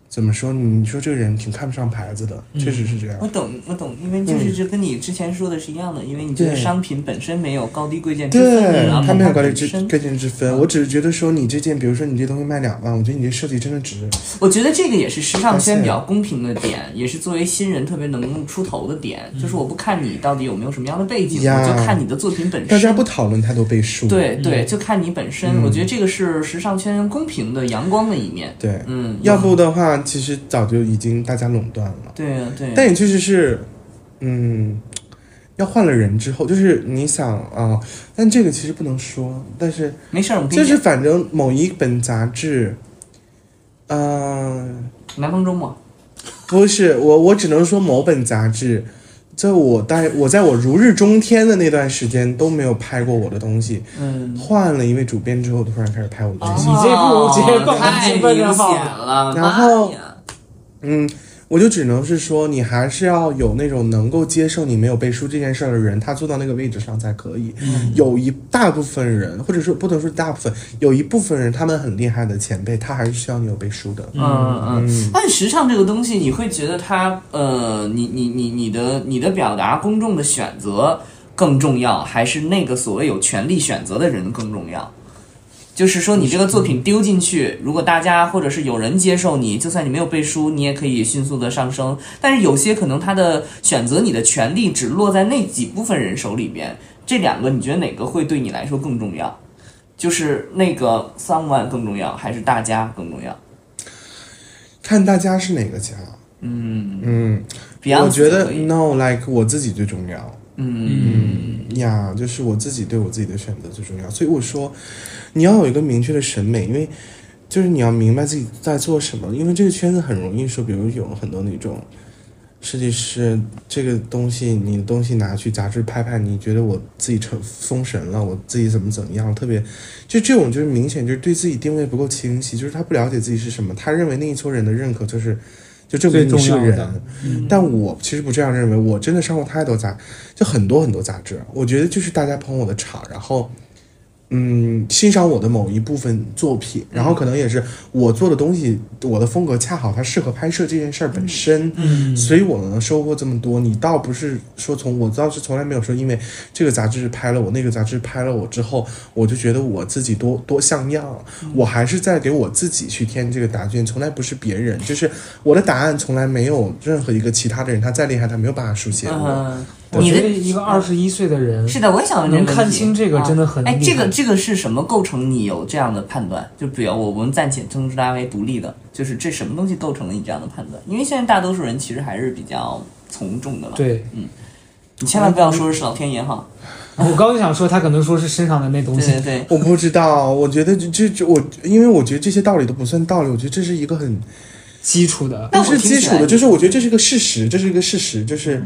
Speaker 3: 怎么说？你说这个人挺看不上牌子的，
Speaker 1: 嗯
Speaker 3: 确实是这样
Speaker 1: 我。懂，我懂，因为就是这跟你之前说的是一样的，因为你觉得
Speaker 3: 嗯对
Speaker 1: 商品本身没有高低贵贱之分，
Speaker 3: 对
Speaker 1: 然后
Speaker 3: 他没有高低
Speaker 1: 本
Speaker 3: 之
Speaker 1: 身嗯
Speaker 3: 贵贱之分，我只是觉得说你这件，比如说你这东西卖两万，我觉得你这设计真的值。
Speaker 1: 我觉得这个也是时尚
Speaker 3: 而
Speaker 1: 圈
Speaker 3: 且
Speaker 1: 比较公平的点，也是作为新人特别能出头的点，就是我不看你到底有没有什么样的背景，
Speaker 3: 呀
Speaker 1: 我就看你的作品本
Speaker 3: 大家嗯
Speaker 1: 身。
Speaker 3: 不讨论太多倍数。
Speaker 1: 对对，就看你本身。
Speaker 3: 嗯
Speaker 1: 我觉得这个是时尚圈公平的、阳光的一面。
Speaker 3: 对，
Speaker 1: 嗯，
Speaker 3: 要不的话，其实早就已经大家垄断了。
Speaker 1: 对啊对啊，
Speaker 3: 但也确实是，嗯，要换了人之后，就是你想啊、但这个其实不能说，但是
Speaker 1: 没事儿，我们给
Speaker 3: 就
Speaker 1: 你
Speaker 3: 是反正某一本杂志，嗯、
Speaker 1: 南方周末。
Speaker 3: 不是我，我只能说某本杂志，在我在我在我如日中天的那段时间都没有拍过我的东西，
Speaker 1: 嗯，
Speaker 3: 换了一位主编之后，突然开始拍我的东西，
Speaker 2: 你这不如直接报名
Speaker 1: 哦太
Speaker 2: 积
Speaker 1: 明
Speaker 2: 分就
Speaker 1: 显
Speaker 2: 好了
Speaker 1: 了。
Speaker 3: 然后
Speaker 1: 妈呀
Speaker 3: 嗯。我就只能是说，你还是要有那种能够接受你没有背书这件事儿的人，他坐到那个位置上才可以。
Speaker 1: 嗯
Speaker 3: 有一大部分人，或者说不能说大部分，有一部分人，他们很厉害的前辈，他还是需要你有背书的。
Speaker 1: 嗯嗯，但时尚这个东西，你会觉得它呃，你你你你的你的表达，公众的选择更重要，还是那个所谓有权利选择的人更重要？就是说，你这个作品丢进去，如果大家或者是有人接受你，就算你没有背书，你也可以迅速的上升。但是有些可能他的选择你的权利只落在那几部分人手里边，这两个你觉得哪个会对你来说更重要？就是那个 someone 更重要，还是大家更重要？
Speaker 3: 看大家是哪个家。嗯嗯，
Speaker 1: Beyonce
Speaker 3: 我觉得
Speaker 1: 可以
Speaker 3: no like 我自己最重要
Speaker 1: 嗯
Speaker 3: 呀就是我自己对我自己的选择最重要。所以我说，你要有一个明确的审美，因为就是你要明白自己在做什么，因为这个圈子很容易说，比如有很多那种设计师，这个东西你的东西拿去杂志拍拍，你觉得我自己成封神了，我自己怎么怎么样，特别就这种就是明显就是对自己定位不够清晰，就是他不了解自己是什么，他认为那一撮人的认可就是就证明你是个
Speaker 2: 最重要
Speaker 3: 人
Speaker 2: 的。
Speaker 1: 嗯
Speaker 3: 但我其实不这样认为，我真的上过太多杂，就很多很多杂志，我觉得就是大家捧我的场，然后嗯欣赏我的某一部分作品，然后可能也是我做的东西，我的风格恰好它适合拍摄这件事儿本身，
Speaker 2: 嗯
Speaker 3: 所以我能收获这么多。你倒不是说从我倒是从来没有说，因为这个杂志拍了我，那个杂志拍了我之后，我就觉得我自己多多像样了。我还是在给我自己去填这个答卷，从来不是别人，就是我的答案从来没有任何一个其他的人，他再厉害，他没有办法书写我。
Speaker 1: 嗯，
Speaker 2: 我
Speaker 1: 你
Speaker 2: 觉得
Speaker 1: 的
Speaker 2: 一个二十一岁的人
Speaker 1: 是的，我也想问这个问
Speaker 2: 能
Speaker 1: 题
Speaker 2: 看清这个真的很
Speaker 1: 哎，
Speaker 2: 厉害
Speaker 1: 这个这个是什么构成你有这样的判断？就比如我们暂且称之它为不利的，就是这什么东西构成了你这样的判断？因为现在大多数人其实还是比较从众的嘛。，
Speaker 2: 对，
Speaker 1: 你千万不要说是老天爷哈。
Speaker 2: 我刚想说他可能说是身上的那东
Speaker 1: 对
Speaker 2: 西
Speaker 1: 对，对，
Speaker 3: 我不知道，我觉得这这这我，因为我觉得这些道理都不算道理，我觉得这是一个很
Speaker 2: 基础的，
Speaker 1: 但
Speaker 3: 不
Speaker 1: 我
Speaker 3: 是
Speaker 1: 听
Speaker 3: 基
Speaker 1: 起
Speaker 3: 础
Speaker 1: 来
Speaker 3: 的，就是我觉得这是个事实，这是一个事实，就是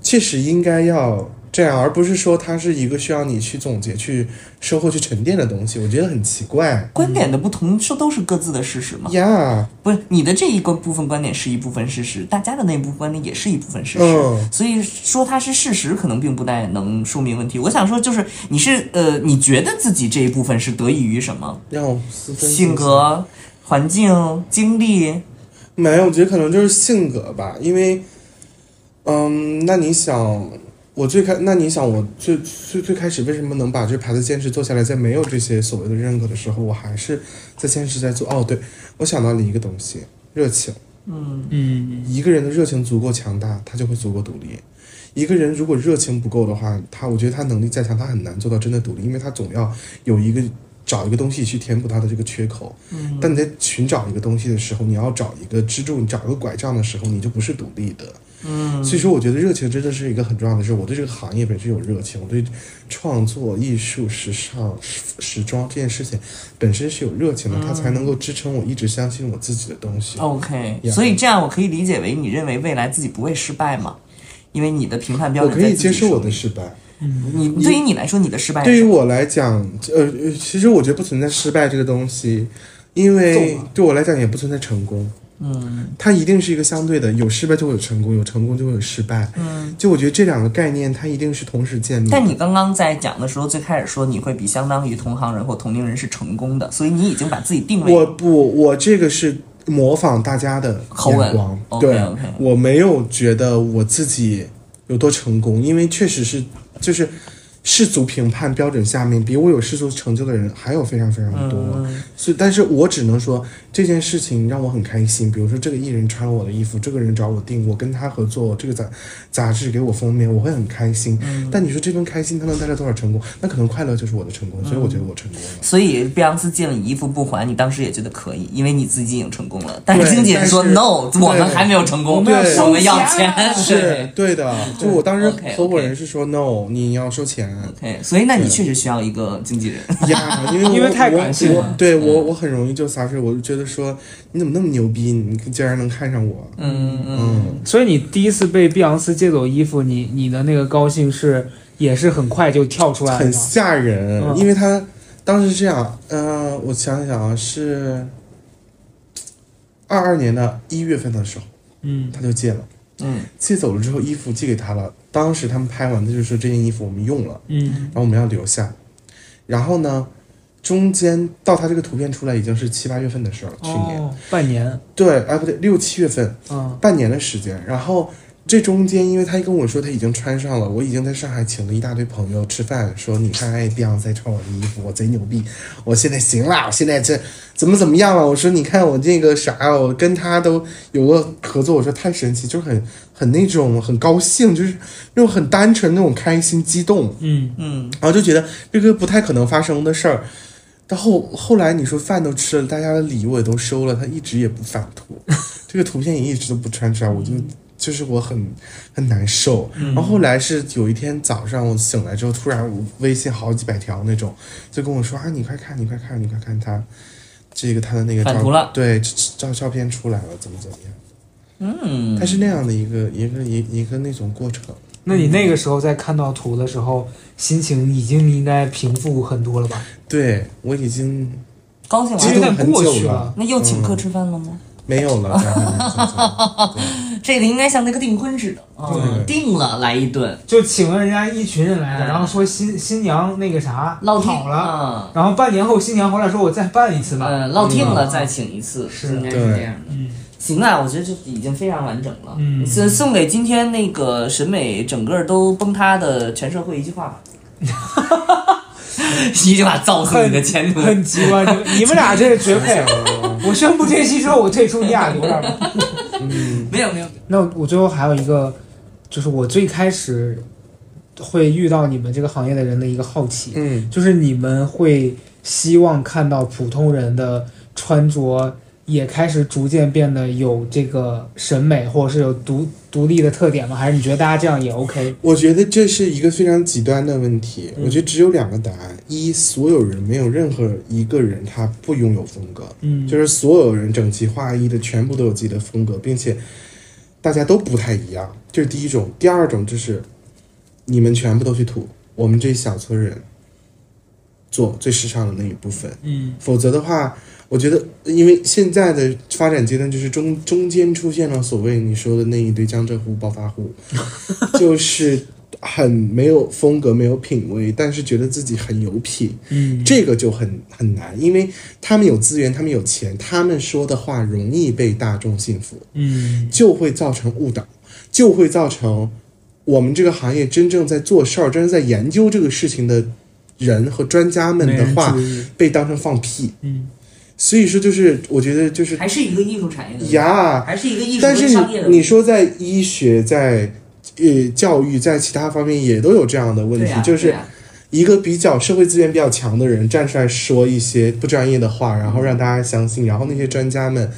Speaker 3: 确实应该要这样，而不是说它是一个需要你去总结、去收获、去沉淀的东西，我觉得很奇怪
Speaker 1: 观点的不同，这都是各自的事实嘛。
Speaker 3: 呀。
Speaker 1: 不是你的这一个部分观点是一部分事实，大家的那部分观点也是一部分事实，
Speaker 3: 嗯
Speaker 1: 所以说它是事实，可能并不太能说明问题。我想说，就是你是呃，你觉得自己这一部分是得益于什么？
Speaker 3: 让我四分
Speaker 1: 性格、环境、经历，
Speaker 3: 没有，我觉得可能就是性格吧，因为，嗯，那你想，我最开，那你想，我最最最开始为什么能把这牌子坚持做下来，在没有这些所谓的认可的时候，我还是在坚持在做。哦，对，我想到了一个东西，热情。
Speaker 2: 嗯，
Speaker 3: 一个人的热情足够强大，他就会足够独立。一个人如果热情不够的话，他我觉得他能力再强，他很难做到真的独立，因为他总要有一个找一个东西去填补他的这个缺口。嗯、但你在寻找一个东西的时候，你要找一个支柱，你找一个拐杖的时候，你就不是独立的。嗯，所以说我觉得热情真的是一个很重要的事。我对这个行业本身有热情，我对创作、艺术、时尚、时时装这件事情本身是有热
Speaker 1: 嗯
Speaker 3: 情的，它才能够支撑我一直相信我自己的东西。
Speaker 1: OK，
Speaker 3: Yeah
Speaker 1: 所以这样我可以理解为你认为未来自己不会失败嘛？因为你的评判标
Speaker 3: 我
Speaker 1: 准
Speaker 3: 可
Speaker 1: 在
Speaker 3: 以
Speaker 1: 自己
Speaker 3: 接受我的
Speaker 1: 手
Speaker 3: 失败。
Speaker 1: 里，你对于你来说，你的失败
Speaker 3: 对
Speaker 1: 是
Speaker 3: 于
Speaker 1: 什么
Speaker 3: 我来讲，呃，呃其实我觉得不存在失败这个东西，因为
Speaker 1: 啊
Speaker 3: 对我来讲也不存在成功。嗯，它一定是一个相对的，有失败就会有成功，有成功就会有失败。嗯，就我觉得这两个概念，它一定是同时建立的。
Speaker 1: 但你刚刚在讲的时候，最开始说你会比相当于同行人或同龄人是成功的，所以你已经把自己定位
Speaker 3: 我不，我这个是模仿大家的
Speaker 1: 口吻
Speaker 3: 眼光，
Speaker 1: OK，
Speaker 3: 对
Speaker 1: OK
Speaker 3: 我没有觉得我自己有多成功，因为确实是就是世俗评判标准下面比我有世俗成就的人还有非常非常多，所以但是我只能说这件事情让我很开心，比如说这个艺人穿了我的衣服，这个人找我定，我跟他合作，这个杂杂志给我封面，我会很开心。但你说这份开心它能带来多少成功？那可能快乐就是我的成功，所以我觉得我成功了。
Speaker 1: 所以碧昂斯借了你衣服不还，你当时也觉得可以，因为你自己已经成功了。但是
Speaker 3: 对
Speaker 1: 经纪人说
Speaker 3: 但是
Speaker 1: ，no，
Speaker 3: 对
Speaker 1: 我们还没有成功，我
Speaker 3: 们要收钱
Speaker 1: 们要钱。
Speaker 3: 是对的，就我当时
Speaker 1: OK，OK
Speaker 3: 合伙人是说 no，你要收钱
Speaker 1: OK，所以那你确实需要一个经纪人。
Speaker 3: 呀， 因为我
Speaker 2: 因为太感性
Speaker 3: 我
Speaker 2: 了嗯
Speaker 3: 对我我很容易就撒水，我就觉得说你怎么那么牛逼，你竟然能看上我，
Speaker 1: 嗯嗯，
Speaker 3: 嗯，
Speaker 2: 所以你第一次被碧昂斯借走衣服，你你的那个高兴是也是很快就跳出来了
Speaker 3: 很
Speaker 2: 吗，
Speaker 3: 吓人，
Speaker 2: 嗯
Speaker 3: 因为他当时是这样，呃，我想想啊，是二二年的一月份的时候，
Speaker 2: 嗯
Speaker 3: 他就借了，
Speaker 1: 嗯，
Speaker 3: 借走了之后衣服寄给他了，当时他们拍完的就是说这件衣服我们用了。
Speaker 2: 嗯
Speaker 3: 然后我们要留下。然后呢，中间到他这个图片出来已经是七八月份的事儿了，去年、
Speaker 2: 哦半年，
Speaker 3: 对，哎不对，六七月份，
Speaker 2: 嗯
Speaker 3: 半年的时间。然后这中间，因为他跟我说他已经穿上了，我已经在上海请了一大堆朋友吃饭，说你看，哎，碧昂斯穿我的衣服，我贼牛逼，我现在行啦，我现在这怎么怎么样了？我说你看我这个啥，我跟他都有个合作，我说太神奇，就是很很那种很高兴，就是那种很单纯那种开心激动。
Speaker 2: 嗯
Speaker 3: 然后就觉得这个不太可能发生的事儿。到后后来你说饭都吃了，大家的礼物也都收了，他一直也不返图，这个图片也一直都不传出来，我就就是我很很难受。然后后来是有一天早上我醒来之后，突然我微信好几百条那种，就跟我说啊，你快看，你快看，你快看他这个他的那个
Speaker 1: 返图了
Speaker 3: 照对照照片出来了，怎么怎么样？嗯，他是那样的一个一个一一个那种过程。
Speaker 2: 那你那个时候在看到图的时候，心情已经应该平复很多了吧？
Speaker 3: 对我已经
Speaker 1: 高兴
Speaker 2: 其实
Speaker 1: 完
Speaker 2: 有
Speaker 1: 了，
Speaker 2: 点过去
Speaker 3: 激动很久了
Speaker 2: 了，
Speaker 1: 那又请客吃饭了吗？
Speaker 3: 没有了，加上 那个对
Speaker 1: 这个应该像那个订婚似的，嗯，
Speaker 3: 嗯对
Speaker 1: 定了来一顿，
Speaker 2: 就请了人家一群人来的，
Speaker 1: 嗯
Speaker 2: 然后说新新娘那个啥
Speaker 1: 落定
Speaker 2: 跑了，
Speaker 1: 嗯
Speaker 2: 然后半年后新娘回来说我再办一次吧，
Speaker 1: 呃，落听了
Speaker 2: 嗯
Speaker 1: 再请一次，
Speaker 2: 是
Speaker 1: 应该是这样的。
Speaker 2: 嗯
Speaker 1: 行啊，我觉得这已经非常完整了。
Speaker 2: 嗯
Speaker 1: 送送给今天那个审美整个都崩塌的全社会一句话 吧，一句话造死你的前途。
Speaker 2: 很极端，这个你们俩这是绝配。 我宣布这期之后，我退出你俩流量吧。
Speaker 1: 没有没有，
Speaker 4: 那我最后还有一个，就是我最开始会遇到你们这个行业的人的一个好奇，
Speaker 3: 嗯，
Speaker 4: 就是你们会希望看到普通人的穿着也开始逐渐变得有这个审美，或者是有独独立的特点吗？还是你觉得大家这样也 OK？
Speaker 3: 我觉得这是一个非常极端的问题。我觉得只有两个答案：一，所有人没有任何一个人他不拥有风格，
Speaker 4: 嗯
Speaker 3: 就是所有人整齐划一的，全部都有自己的风格，并且大家都不太一样，这是第一种。第二种就是你们全部都去土，我们这一小撮人做最时尚的那一部分。
Speaker 2: 嗯
Speaker 3: 否则的话，我觉得，因为现在的发展阶段就是中中间出现了所谓你说的那一堆江浙沪暴 发户，就是很没有风格、没有品味，但是觉得自己很有品，
Speaker 4: 嗯，
Speaker 3: 这个就很很难，因为他们有资源，他们有钱，他们说的话容易被大众信服，
Speaker 4: 嗯
Speaker 3: 就会造成误导，就会造成我们这个行业真正在做事儿、真正在研究这个事情的人和专家们
Speaker 4: 没
Speaker 3: 的
Speaker 4: 人
Speaker 3: 话
Speaker 4: 注意
Speaker 3: 被当成放屁。
Speaker 4: 嗯
Speaker 3: 所以说，就是我觉得就是
Speaker 1: 还是一个艺术产业的，
Speaker 3: 呀，
Speaker 1: 还是一个艺术
Speaker 3: 但
Speaker 1: 跟
Speaker 3: 是
Speaker 1: 商业的
Speaker 3: 你你说在医学、在呃教育、在其他方面也都有这样的问
Speaker 1: 对啊
Speaker 3: 题
Speaker 1: 呀，，
Speaker 3: 就
Speaker 1: 对
Speaker 3: 是
Speaker 1: 呀
Speaker 3: 一个比较社会资源比较强的人站出来说一些不专业的话，然后让大家相信，然后那些专家们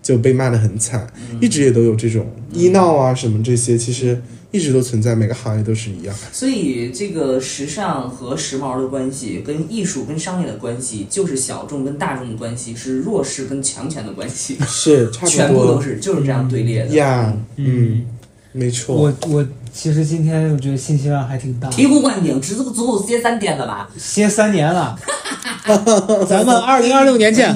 Speaker 3: 就被骂得很惨，
Speaker 1: 嗯
Speaker 3: 一直也都有这种医闹啊什么这些，其实一直都存在，每个行业都是一样。
Speaker 1: 所以这个时尚和时髦的关系，跟艺术跟商业的关系，就是小众跟大众的关系，是弱势跟强权的关系，
Speaker 3: 是，差
Speaker 1: 全
Speaker 3: 不
Speaker 1: 部都
Speaker 3: 多
Speaker 1: 是就是这样队列的。
Speaker 3: 呀，嗯，没错
Speaker 4: 我，我其实今天我觉得信息量还挺大，
Speaker 1: 醍醐灌顶，足足够歇三天了吧？
Speaker 4: 歇三年 了，咱们二零二六年见。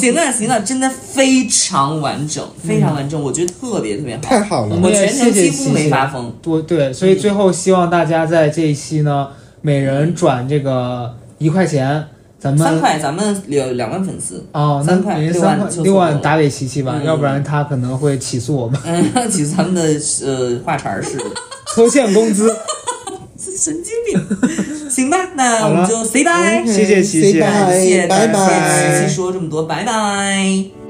Speaker 1: 行啊行啊，真的非常完整，非常完整，我觉得特别特别好。
Speaker 3: 太好了，
Speaker 1: 我
Speaker 4: 也
Speaker 1: 全程
Speaker 4: 谢谢
Speaker 1: 几乎没发疯，
Speaker 4: 多对，
Speaker 1: 嗯
Speaker 4: 所以最后希望大家在这一期呢，每人转这个一块钱，咱
Speaker 2: 嗯
Speaker 1: 三
Speaker 4: 们
Speaker 1: 块，咱们有两万粉丝，
Speaker 4: 哦，那
Speaker 1: 三块
Speaker 4: 每人
Speaker 1: 六
Speaker 4: 三
Speaker 1: 万
Speaker 4: 块
Speaker 1: 就
Speaker 4: 六
Speaker 1: 足
Speaker 4: 万
Speaker 1: 够
Speaker 4: 打给琪琪吧，
Speaker 1: 嗯
Speaker 4: 要不然他可能会起诉我们
Speaker 1: 嗯，其实咱们的呃话茬儿是
Speaker 4: 拖欠工 资。
Speaker 1: 神经病， 行吧，那
Speaker 4: 好
Speaker 1: 我
Speaker 4: 了
Speaker 2: 嗯
Speaker 1: 们就 say bye，
Speaker 4: 谢谢琪琪
Speaker 3: Say bye
Speaker 1: 感谢大
Speaker 3: 拜
Speaker 1: 家
Speaker 3: 拜
Speaker 1: 琪琪说这么多，拜拜。